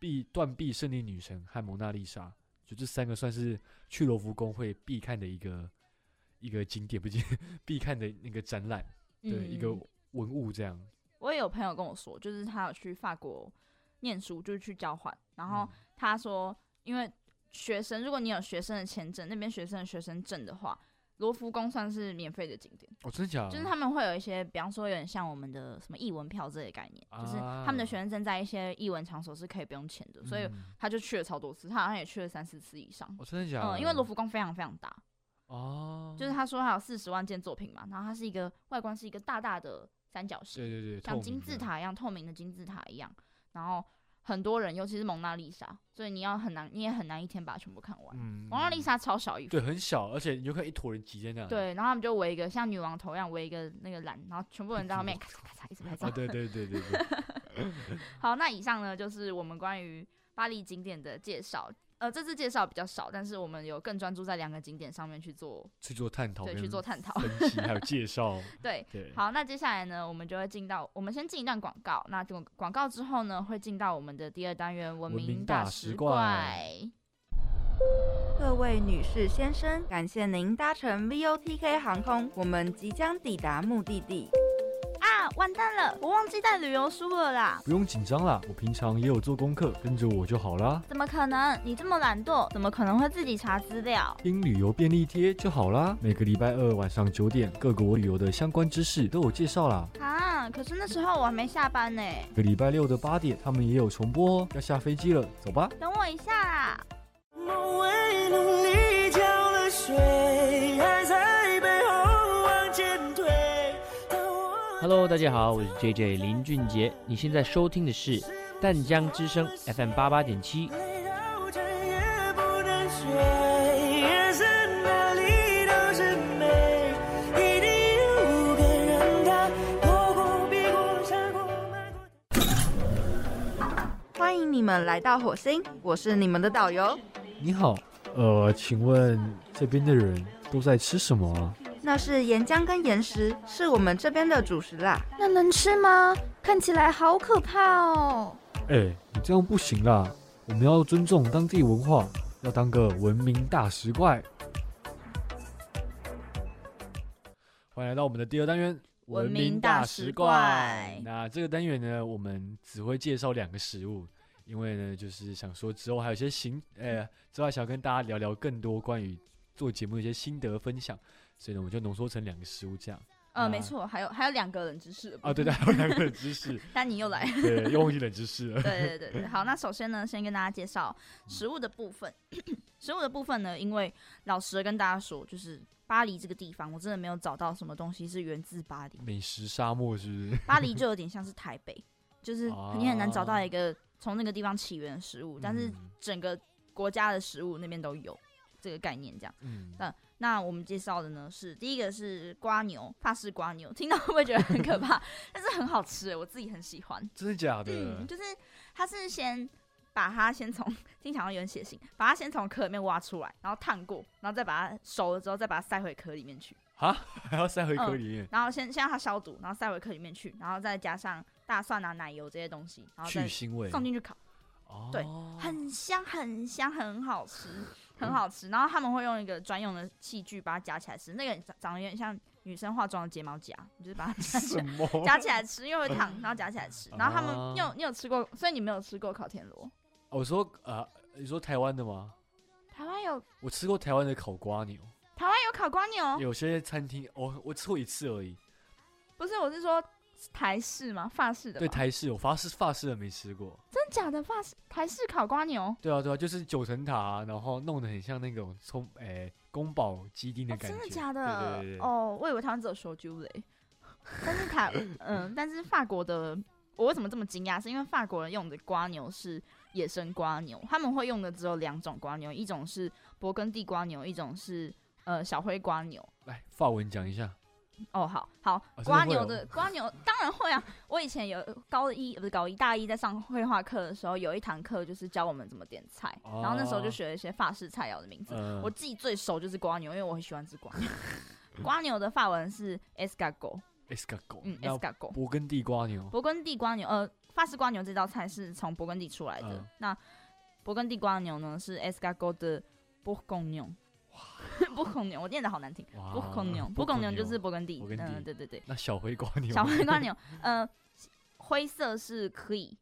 Speaker 3: 必断臂胜利女神和蒙娜丽莎，就这三个算是去罗浮宫会必看的一个一个景点，不是 *laughs* 必看的那个展览，对、
Speaker 1: 嗯
Speaker 3: 一个文物这样。
Speaker 1: 我也有朋友跟我说，就是他有去法国念书，就是去交换，然后
Speaker 3: 嗯
Speaker 1: 他说，因为学生，如果你有学生的签证，那边学生的学生证的话，罗浮宫算是免费的景点，
Speaker 3: 哦，真的假的？
Speaker 1: 就是他们会有一些，比方说有点像我们的什么艺文票之类的概念，就是他们的学生证在一些艺文场所是可以不用钱的，所以
Speaker 3: 啊嗯
Speaker 1: 他就去了超多次，他好像也去了三四次以上。
Speaker 3: 哦，真的假的？
Speaker 1: 嗯，因为罗浮宫非常非常大，
Speaker 3: 哦，
Speaker 1: 就是他说他有四十万件作品嘛，然后它是一个外观是一个大大的三角形
Speaker 3: 对，对对，
Speaker 1: 像
Speaker 3: 透
Speaker 1: 金
Speaker 3: 明的
Speaker 1: 字塔一样透明的金字塔一样，然后很多人，尤其是蒙娜丽莎，所以你要很难，你也很难一天把它全部看完。
Speaker 3: 嗯，
Speaker 1: 蒙娜丽
Speaker 3: 嗯
Speaker 1: 莎超小一幅
Speaker 3: 对，，很小，而且你就看一坨人挤在那里。
Speaker 1: 对，然后他们就围一个像女王头一样围一个那个篮，然后全部人在后面咔嚓咔嚓一直拍
Speaker 3: 啊，
Speaker 1: 照。
Speaker 3: 对对对对对，
Speaker 1: 好，那以上呢就是我们关于巴黎景点的介绍。呃，这次介绍比较少，但是我们有更专注在两个景点上面去做，
Speaker 3: 去做探讨，
Speaker 1: 对，去做探讨。 *laughs*
Speaker 3: 分析还有介绍。
Speaker 1: 对，
Speaker 3: 对，
Speaker 1: 好，那接下来呢，我们就会进到，我们先进一段广告。那这个广告之后呢，会进到我们的第二单元文
Speaker 3: 文明
Speaker 1: 明
Speaker 3: 大
Speaker 1: 大
Speaker 3: 使
Speaker 1: 使
Speaker 3: 怪
Speaker 1: 怪。
Speaker 5: 各位女士、先生，感谢您搭乘 VOTK 航空，我们即将抵达目的地。
Speaker 1: 啊，完蛋了，我忘记带旅游书了啦！
Speaker 3: 不用紧张啦，我平常也有做功课，跟着我就好啦。
Speaker 1: 怎么可能？你这么懒惰，怎么可能会自己查资料？
Speaker 3: 听旅游便利贴就好啦，每个礼拜二晚上九点，各国旅游的相关知识都有介绍啦。
Speaker 1: 啊，可是那时候我还没下班呢，
Speaker 3: 每个礼拜六的八点，他们也有重播哦。要下飞机了，走吧。
Speaker 1: 等我一下啦。
Speaker 6: 梦为努力浇了水，还在背后往前推。但我
Speaker 7: Hello，大家好，我是 JJ 林俊杰。你现在收听的是淡江之声 FM 八八点七。
Speaker 6: 累到整夜不能睡，夜色哪里都是美。一定有个人他躲过、避过、闪过、瞒过。
Speaker 5: 欢迎你们来到火星，我是你们的导游。
Speaker 3: 你好，呃，请问这边的人都在吃什么啊？
Speaker 5: 那是岩浆跟岩石，是我们这边的主食啦。
Speaker 2: 那能吃吗？看起来好可怕哦！
Speaker 3: 哎、你这样不行啦，我们要尊重当地文化，要当个文明大食怪。欢迎来到我们的第二单元——
Speaker 1: 文明大食怪
Speaker 3: 那这个单元呢，我们只会介绍两个食物，因为呢，就是想说之后还有一些行，呃，之后还想要跟大家聊聊更多关于做节目的一些心得分享，所以呢，我们就浓缩成两个食物这样。
Speaker 1: 呃，
Speaker 3: 啊
Speaker 1: 没错，还有还有两个冷知识
Speaker 3: 啊，对对，，还有两个知 *laughs* 识，
Speaker 1: 但你又来。
Speaker 3: 对，又忘记冷知识 *laughs* 了。
Speaker 1: 对对对对，好，那首先呢，先跟大家介绍食物的部分。食物的部分呢，因为老实的跟大家说，就是巴黎这个地方，我真的没有找到什么东西是源自巴黎。
Speaker 3: 美食沙漠是不是？
Speaker 1: 巴黎就有点像是台北，就是
Speaker 3: 哦
Speaker 1: 你很难找到一个从那个地方起源的食物，但是
Speaker 3: 嗯
Speaker 1: 整个国家的食物那边都有这个概念。这样，
Speaker 3: 嗯，
Speaker 1: 但那我们介绍的呢是第一个是瓜牛，法式瓜牛，听到会不会觉得很可怕？ *laughs* 但是很好吃，欸我自己很喜欢。
Speaker 3: 真的假的？
Speaker 1: 嗯，就是它是先把它先从听起来好像有点血腥，把它先从壳里面挖出来，然后烫过，然后再把它熟了之后再把它塞回壳里面去，
Speaker 3: 还要塞回壳里面，
Speaker 1: 然后先先让它消毒，然后塞回壳里面去，然后再加上大蒜啊、奶油这些东西，然后
Speaker 3: 去
Speaker 1: 再嗯
Speaker 3: 腥
Speaker 1: *laughs*
Speaker 3: 嗯 *laughs* 味。
Speaker 1: 送进去烤，
Speaker 3: 哦，
Speaker 1: 对很香很香，很好吃，很好吃。然后他们会用一个专用的器具把它夹起来吃，那个长长得有点像女生化妆的睫毛夹，你就是把它夹起
Speaker 3: 什
Speaker 1: 来。
Speaker 3: 么？
Speaker 1: 夹起来吃，因为会烫，然后夹起来吃。然后他们，
Speaker 3: 哦
Speaker 1: 你有你有吃过，所以你没有吃过烤田螺？
Speaker 3: 我说呃，你说台湾的吗？
Speaker 1: 台湾有
Speaker 3: 我吃过台湾的烤瓜牛，
Speaker 1: 台湾有烤瓜牛，
Speaker 3: 有些餐厅我我吃过一次而已。
Speaker 1: 不是我是说台式吗？法式的吗
Speaker 3: 对台式，我法式法式的没吃过。
Speaker 1: 真假的法式台式烤瓜牛，
Speaker 3: 对啊对啊，就是九层塔啊，然后弄得很像那种葱诶宫保鸡丁的
Speaker 1: 哦
Speaker 3: 感觉。
Speaker 1: 真的假的？
Speaker 3: 对对对对。
Speaker 1: 哦，我以为他们只有烧酒嘞， *laughs* 但是台嗯，但是法国的我为什么这么惊讶？是因为法国人用的瓜牛是野生瓜牛，他们会用的只有两种瓜牛，一种是勃艮第瓜牛，一种是呃小灰瓜牛。
Speaker 3: 来，法文讲一下。
Speaker 1: 哦，好好
Speaker 3: 真，的
Speaker 1: 瓜
Speaker 3: 会
Speaker 1: 牛
Speaker 3: 哦
Speaker 1: 的瓜牛当然会啊！我以前有高一呃不是高一大一在上绘画课的时候，有一堂课就是教我们怎么点菜，然后那时候就
Speaker 3: 哦
Speaker 1: 学了一些法式菜肴的名字。
Speaker 3: 嗯
Speaker 1: 我自己最熟就是瓜牛，因为我很喜欢吃瓜牛。瓜牛的法文是 escargot，
Speaker 3: escargot，
Speaker 1: 嗯
Speaker 3: 那
Speaker 1: ，escargot，
Speaker 3: 勃艮第瓜牛，
Speaker 1: 勃艮第瓜牛，呃，法式瓜牛这道菜是从勃艮第出来的。
Speaker 3: 嗯
Speaker 1: 那勃艮第瓜牛呢是 escargot 的 bourguignon，bourguignon，我念的好难听
Speaker 3: 哇
Speaker 1: ，bourguignon，
Speaker 3: 勃艮
Speaker 1: bourguignon 就是
Speaker 3: 牛
Speaker 1: 勃艮第
Speaker 3: 勃，艮
Speaker 1: 嗯，
Speaker 3: 第
Speaker 1: 对对对。
Speaker 3: 那小灰瓜牛，
Speaker 1: 小灰瓜
Speaker 3: *laughs*
Speaker 1: 牛，呃，灰色是 cri，G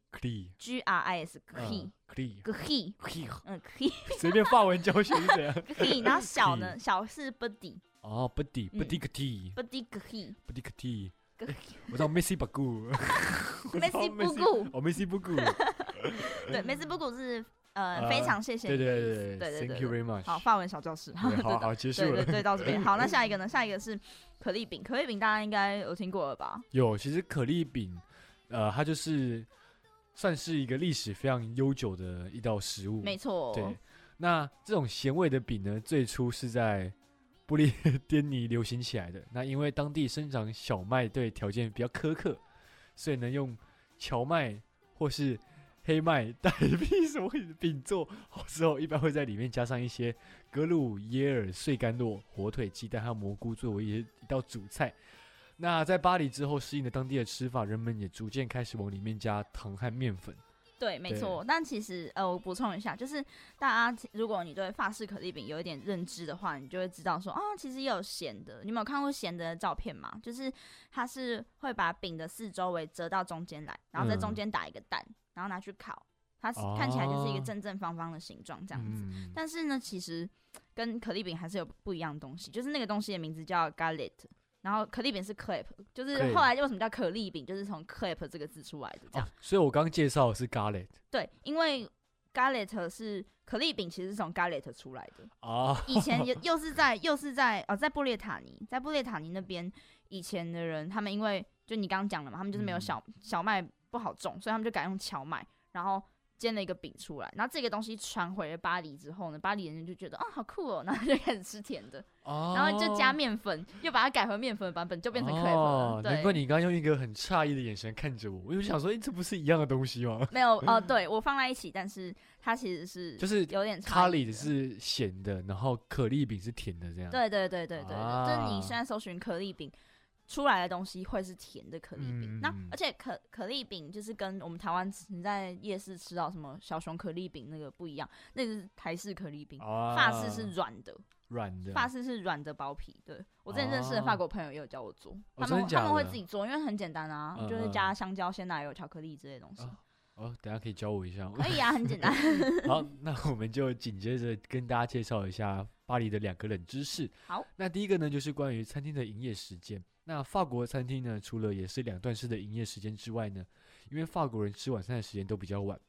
Speaker 3: clee，
Speaker 1: R I S cri
Speaker 3: 嗯 clee，
Speaker 1: cri，
Speaker 3: clee，
Speaker 1: 嗯 cri
Speaker 3: 随便法文教学是怎样？
Speaker 1: cri，然后小呢，小是 body
Speaker 3: *laughs* 哦，buddy
Speaker 1: 嗯
Speaker 3: buddy tea
Speaker 1: body
Speaker 3: *laughs*
Speaker 1: cri
Speaker 3: buddy tea，
Speaker 1: cri
Speaker 3: *laughs* 我知道 Messi 不
Speaker 1: *laughs*
Speaker 3: 顾
Speaker 1: messi
Speaker 3: Messi- *laughs*
Speaker 1: bugu，
Speaker 3: 哦，Messi 不顾，
Speaker 1: *laughs* 对，messi bugu 是呃
Speaker 3: 呃
Speaker 1: 非常谢谢
Speaker 3: 对
Speaker 1: 你，
Speaker 3: 对
Speaker 1: 对
Speaker 3: 对
Speaker 1: 对
Speaker 3: ，Thank you
Speaker 1: 对
Speaker 3: very much，
Speaker 1: 好，法文小教室，
Speaker 3: 对
Speaker 1: *laughs*
Speaker 3: 好
Speaker 1: 对的
Speaker 3: 好结
Speaker 1: 对
Speaker 3: 束
Speaker 1: 对
Speaker 3: 了。
Speaker 1: 对，到这边好，
Speaker 3: *laughs*
Speaker 1: 那下一个呢？下一个是可丽饼，可丽饼大家应该有听过了吧？
Speaker 3: 有，其实可丽饼，呃，它就是算是一个历史非常悠久的一道食物，
Speaker 1: 没错，
Speaker 3: 嗯对，那这种咸味的饼呢，最初是在不列 *laughs* 颠尼流行起来的。那因为当地生长小麦对条件比较苛刻，所以呢，用荞麦或是黑麦代替什么饼做好之后，一般会在里面加上一些格鲁耶尔碎甘酪、火腿、鸡蛋和蘑菇作为一一道主菜。那在巴黎之后，适应了当地的吃法，人们也逐渐开始往里面加糖和面粉。
Speaker 1: 对，没
Speaker 3: 对
Speaker 1: 错。但其实，呃，我补充一下，就是大家如果你对法式可丽饼有一点认知的话，你就会知道说，啊，其实也有咸的。你们有看过咸的照片吗？就是它是会把饼的四周围折到中间来，然后在中
Speaker 3: 嗯
Speaker 1: 间打一个蛋，然后拿去烤，它是看起来就是一个
Speaker 3: 哦
Speaker 1: 正正方方的形状这样子。
Speaker 3: 嗯
Speaker 1: 但是呢，其实跟可丽饼还是有不一样的东西，就是那个东西的名字叫 galette。然后可丽饼是 crepe，就是后
Speaker 3: Crepe
Speaker 1: 来为什么叫可丽饼，就是从 crepe 这个字出来的这样
Speaker 3: 哦。，所以我刚介绍的是 garlic
Speaker 1: 对，因为 gallet 是可丽饼，其实是从 gallet 出来的。
Speaker 3: 啊，
Speaker 1: 以前
Speaker 3: *laughs*
Speaker 1: 也又是在又是在哦，在布列塔尼，在布列塔尼那边，以前的人他们因为就你刚刚讲了嘛，他们就是没有
Speaker 3: 嗯
Speaker 1: 小、小麦不好种，所以他们就改用荞麦，然后煎了一个饼出来。然后这个东西传回了巴黎之后呢，巴黎人就觉得啊、好酷哦，然后就开始吃甜的，
Speaker 3: 哦
Speaker 1: 然后就加面粉，又把它改回面粉的版本，就变成 crepe 了。
Speaker 3: 哦
Speaker 1: 对，
Speaker 3: 难怪你刚刚用一个很诧异的眼神看着我，我就想说，哎、这不是一样的东西
Speaker 1: *laughs*
Speaker 3: 吗？ *laughs*
Speaker 1: 没有呃，对我放在一起，但是它其实是
Speaker 3: 嗯就是
Speaker 1: 有点差
Speaker 3: 咖
Speaker 1: 异
Speaker 3: 喱
Speaker 1: 的
Speaker 3: 是咸的，然后可丽饼是甜的，这样。
Speaker 1: 对对对对对对，就是你
Speaker 3: 啊
Speaker 1: 现在搜寻可丽饼出来的东西会是甜的可丽饼。那
Speaker 3: 嗯
Speaker 1: 而且可可丽饼就是跟我们台湾吃你在夜市吃到什么小熊可丽饼那个不一样，那个是台式可丽饼。
Speaker 3: 啊，
Speaker 1: 法式是软的，
Speaker 3: 软的。
Speaker 1: 法式是软的薄皮。对我之前认识的法
Speaker 3: 哦
Speaker 1: 国朋友也有教我做，
Speaker 3: 哦
Speaker 1: 他们
Speaker 3: 真的假
Speaker 1: 他们会
Speaker 3: 的
Speaker 1: 自己做，因为很简单啊，
Speaker 3: 嗯
Speaker 1: 就是
Speaker 3: 嗯
Speaker 1: 加
Speaker 3: 嗯
Speaker 1: 香蕉、鲜奶油、巧克力之类的东西，
Speaker 3: 啊哦，等一下可以教我一下吗。
Speaker 1: 可以啊，很简
Speaker 3: *laughs*
Speaker 1: 单。 *laughs*
Speaker 3: 好，那我们就紧接着跟大家介绍一下巴黎的两个冷知识。
Speaker 1: 好，
Speaker 3: 那第一个呢，就是关于餐厅的营业时间。那法国餐厅呢，除了也是两段式的营业时间之外呢，因为法国人吃晚餐的时间都比较晚，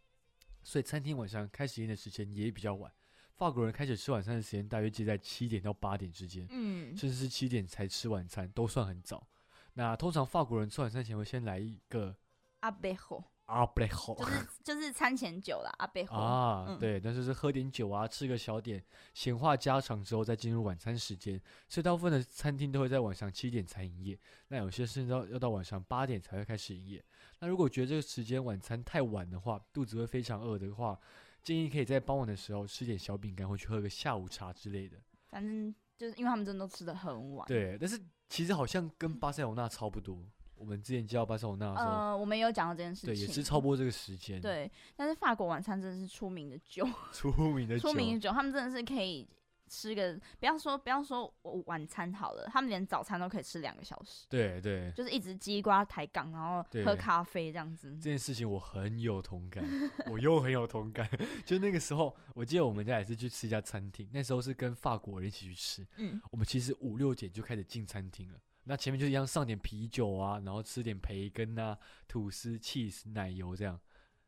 Speaker 3: 所以餐厅晚上开始营业的时间也比较晚。法国人开始吃晚餐的时间大约介在七点到八点之间，
Speaker 1: 嗯，
Speaker 3: 甚至是七点才吃晚餐，都算很早。那通常法国人吃晚餐前会先来一个
Speaker 1: 阿贝吼
Speaker 3: 阿布雷吼
Speaker 1: 就。是就是餐前酒啦，阿贝吼。
Speaker 3: 啊，
Speaker 1: 嗯
Speaker 3: 对，那就是喝点酒啊，吃个小点，闲话家常之后再进入晚餐时间。所以大部分的餐厅都会在晚上七点才营业，那有些甚至要要到晚上八点才会开始营业。那如果觉得这个时间晚餐太晚的话，肚子会非常饿的话，建议可以在傍晚的时候吃点小饼干，或去喝个下午茶之类的。
Speaker 1: 反正就是因为他们真的都吃的很晚。
Speaker 3: 对，但是其实好像跟巴塞罗那差不多。我们之前介绍巴塞罗那的时候，
Speaker 1: 呃，我们也有讲到这件事情，
Speaker 3: 啊对，也是超过这个时间。，
Speaker 1: 对但是法国晚餐真的是出名的久，
Speaker 3: 出名
Speaker 1: *laughs*
Speaker 3: 的
Speaker 1: 出名的
Speaker 3: 酒
Speaker 1: 久，他们真的是可以吃个，不要说不要说我晚餐好了，他们连早餐都可以吃两个小时，
Speaker 3: 对对，
Speaker 1: 就是一直叽呱抬杠，然后
Speaker 3: 对
Speaker 1: 喝咖啡这样子。
Speaker 3: 这件事情我很有同感，我又很有同感。 *laughs* 就那个时候，我记得我们家也是去吃一家餐厅，那时候是跟法国人一起去吃。
Speaker 1: 嗯，
Speaker 3: 我们其实五六点就开始进餐厅了，那前面就一样上点啤酒啊，然后吃点培根啊、吐司、cheese、奶油这样，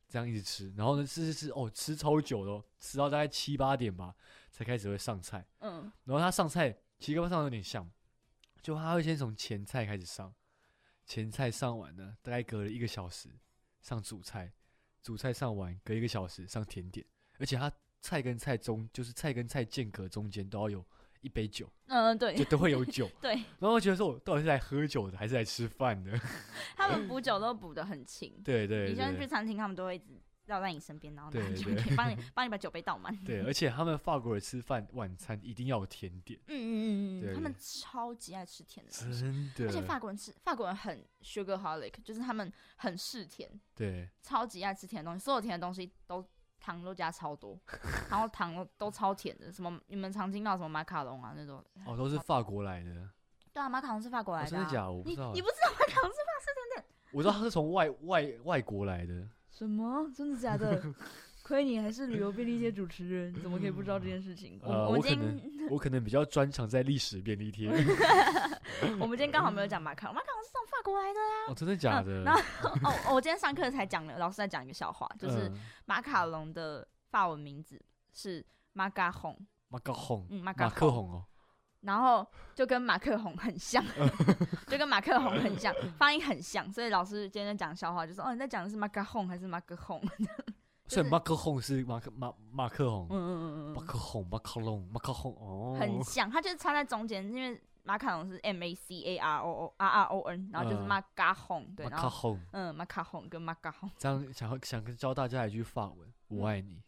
Speaker 3: 这样一直吃。然后呢，吃吃吃，哦，吃超久的、哦，吃到大概七八点吧，才开始会上菜。
Speaker 1: 嗯，
Speaker 3: 然后他上菜其实跟上有点像，就他会先从前菜开始上，前菜上完呢，大概隔了一个小时上主菜，主菜上完隔一个小时上甜点，而且他菜跟菜中就是菜跟菜间隔中间都要有一
Speaker 1: *laughs*
Speaker 3: 杯酒，
Speaker 1: 嗯，
Speaker 3: 就
Speaker 1: 对
Speaker 3: 都会有酒。
Speaker 1: 对，
Speaker 3: 然后我觉得说我到底是来喝酒的，还是来吃饭的？
Speaker 1: 他们补酒都补得很勤，
Speaker 3: 对对
Speaker 1: 你就算去
Speaker 3: 对
Speaker 1: 餐厅，他们都会一直绕在你身边，然后拿
Speaker 3: 对
Speaker 1: 酒
Speaker 3: 对
Speaker 1: 给帮你帮你把酒杯
Speaker 3: *laughs*
Speaker 1: 倒满。嗯
Speaker 3: 对，而且他们法国人吃饭晚餐一定要有甜点，
Speaker 1: 嗯嗯嗯嗯，
Speaker 3: 对
Speaker 1: 他们
Speaker 3: 对
Speaker 1: 超级爱吃甜的东西，
Speaker 3: 真的。
Speaker 1: 而且法国人吃法国人很 sugarholic，就是他们很嗜甜，
Speaker 3: 对
Speaker 1: 超级爱吃甜的东西，所有甜的东西都糖都加超多，然后糖都都超甜的，什么你们常听到什么马卡龙啊那种，
Speaker 3: 哦，都是法国来的，
Speaker 1: 对啊，马卡龙是法国
Speaker 3: 哦
Speaker 1: 来的、
Speaker 3: 真
Speaker 1: 啊
Speaker 3: 的假的？我不
Speaker 1: 你
Speaker 3: 知道
Speaker 1: 你
Speaker 3: 欸，
Speaker 1: 不知道马卡龙是法
Speaker 3: 我知道他是从外外外国来的。
Speaker 1: 什么？真的假的？ *laughs* 亏你还是旅游便利贴主持人，怎么可以不知道这件事情？
Speaker 3: 呃
Speaker 1: 我们
Speaker 3: 我
Speaker 1: 今
Speaker 3: 可能
Speaker 1: 天 *coughs* *laughs*
Speaker 3: 我可能比较专长在历史便利贴。
Speaker 1: 嗯我们今天刚好没有讲马卡龙，马卡龙是从法国来的啊。
Speaker 3: *laughs* 哦，真的假
Speaker 1: 嗯
Speaker 3: 的？
Speaker 1: 然后哦，我今天上课才讲了，老师在讲一个笑话，就是
Speaker 3: 嗯
Speaker 1: 马卡龙的法文名字是马嘎红，
Speaker 3: 马克红，
Speaker 1: 嗯，马嘎
Speaker 3: 马克红哦，
Speaker 1: 然后就跟马克宏很像， *laughs* 就跟马克宏很像，发音很像，所以老师今天讲笑话就说：“哦，你在讲的是马克宏还是马克宏？” *laughs*
Speaker 3: 所以
Speaker 1: 是
Speaker 3: 马克红是马克马马克红
Speaker 1: 嗯，嗯嗯
Speaker 3: 马
Speaker 1: 嗯
Speaker 3: 克红，马克龙，马克红哦
Speaker 1: 嗯，，很像，它就是插在中间，因为马卡龙是 M A C A R O O R R O N，然后就是
Speaker 3: 嗯
Speaker 1: 马嘎宏，对，
Speaker 3: 马
Speaker 1: 然
Speaker 3: 克
Speaker 1: 后
Speaker 3: 红。
Speaker 1: 嗯，马卡宏跟马嘎宏，
Speaker 3: 这样想要想跟教大家一句法文，我爱你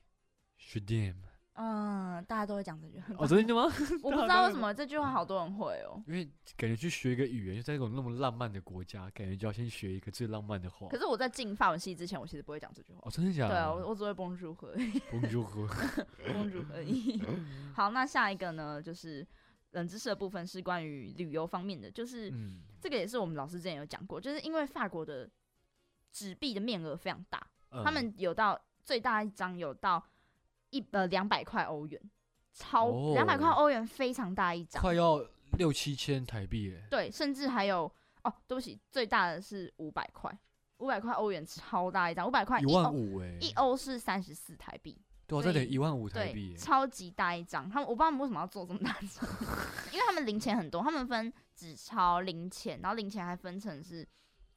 Speaker 3: s h d
Speaker 1: *laughs*
Speaker 3: a m
Speaker 1: 嗯，大家都会讲这句，很
Speaker 3: 哦，
Speaker 1: 棒
Speaker 3: 真的吗？
Speaker 1: *laughs* 我不知道为什么这句话好多人会哦。
Speaker 3: 因为感觉去学一个语言，就在一种那么浪漫的国家，感觉就要先学一个最浪漫的话
Speaker 1: 可。是我在进法文系之前，我其实不会讲这句话
Speaker 3: 哦，。真的假
Speaker 1: 对
Speaker 3: 的？
Speaker 1: 啊，
Speaker 3: *laughs*
Speaker 1: 我我只会 Bonjour 而已 *laughs*
Speaker 3: Bonjour
Speaker 1: ，Bonjour 而已。 *laughs* 好，那下一个呢，就是冷知识的部分是关于旅游方面的，就是
Speaker 3: 嗯，
Speaker 1: 这个也是我们老师之前有讲过，就是因为法国的纸币的面额非常大，
Speaker 3: 嗯
Speaker 1: 他们有到最大一张有到一呃两百块欧元，超
Speaker 3: 哦
Speaker 1: 两百块欧元非常大一张，
Speaker 3: 快要六七千台币耶，
Speaker 1: 对，甚至还有哦，对不起，最大的是五百块，五百块欧元超大一张，五百块
Speaker 3: 一万五哎，
Speaker 1: 一欧是三十四台币，
Speaker 3: 对啊，
Speaker 1: 所
Speaker 3: 这
Speaker 1: 以
Speaker 3: 得一万五台币
Speaker 1: 对，
Speaker 3: 耶。
Speaker 1: 超级大一张。他们我不知道他们为什么要做这么大张， *laughs* 因为他们零钱很多，他们分纸钞、零钱，然后零钱还分成是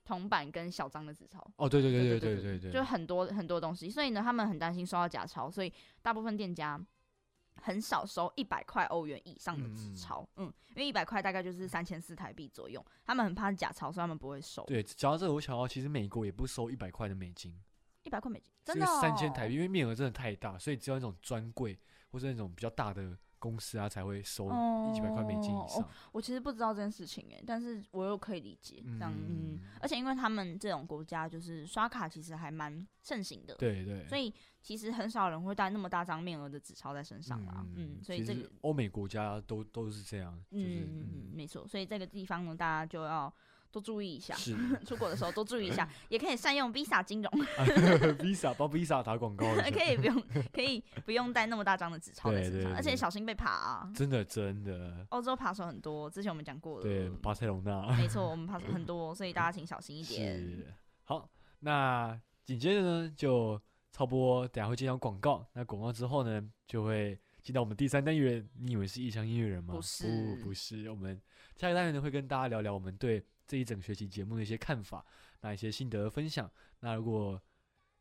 Speaker 1: 铜板跟小张的纸钞。
Speaker 3: 哦，对对对
Speaker 1: 对
Speaker 3: 对对对
Speaker 1: 就很多很多东西，所以呢，他们很担心收到假钞，所以大部分店家很少收一百块欧元以上的
Speaker 3: 嗯
Speaker 1: 纸
Speaker 3: 嗯
Speaker 1: 钞，嗯因为一百块大概就是三千四台币左右，他们很怕是假钞，所以他们不会收。
Speaker 3: 对，讲到这个，我想到其实美国也不收一百块的美金，
Speaker 1: 一百块美金，
Speaker 3: 因
Speaker 1: 真
Speaker 3: 为
Speaker 1: 的哦
Speaker 3: 三千台
Speaker 1: 币，
Speaker 3: 币，因为面额真的太大，所以只有那种专柜或者那种比较大的公司啊才会收
Speaker 1: 哦
Speaker 3: 一百块美金以上。
Speaker 1: 我其实不知道这件事情哎，但是我又可以理解，这样嗯，
Speaker 3: 嗯，
Speaker 1: 而且因为他们这种国家就是刷卡其实还蛮盛行的，
Speaker 3: 对对，
Speaker 1: 所以其实很少人会带那么大张面额的纸钞在身上啦，嗯，所以
Speaker 3: 其
Speaker 1: 这
Speaker 3: 实
Speaker 1: 个
Speaker 3: 欧美国家都都是这样，就是
Speaker 1: 嗯，没错，所以这个地方呢，大家就要多注意一下，
Speaker 3: 是 *laughs*
Speaker 1: 出国的时候多注意一下，也可以善用 Visa 金融，
Speaker 3: Visa 帮 Visa 打广告一下，
Speaker 1: 可以不用，可以不用带那么大张的纸钞在
Speaker 3: 对
Speaker 1: 身上，
Speaker 3: 对
Speaker 1: 而且
Speaker 3: 对
Speaker 1: 小心被爬啊。
Speaker 3: 真的真的，
Speaker 1: 欧洲扒手很多，之前我们讲过了，
Speaker 3: 对巴塞
Speaker 1: *laughs*
Speaker 3: 隆纳
Speaker 1: 没
Speaker 3: *laughs*
Speaker 1: 错，我们扒手很多，所以大家请小心一点。
Speaker 3: 是好。那紧接着呢，就差不多等下会接上广告，那广告之后呢，就会进到我们第三单元。你以为是异乡音乐人吗？
Speaker 1: 不是
Speaker 3: 不是。我们下一个单元呢，会跟大家聊聊我们对这一整学期节目的一些看法，那一些心得分享。那如果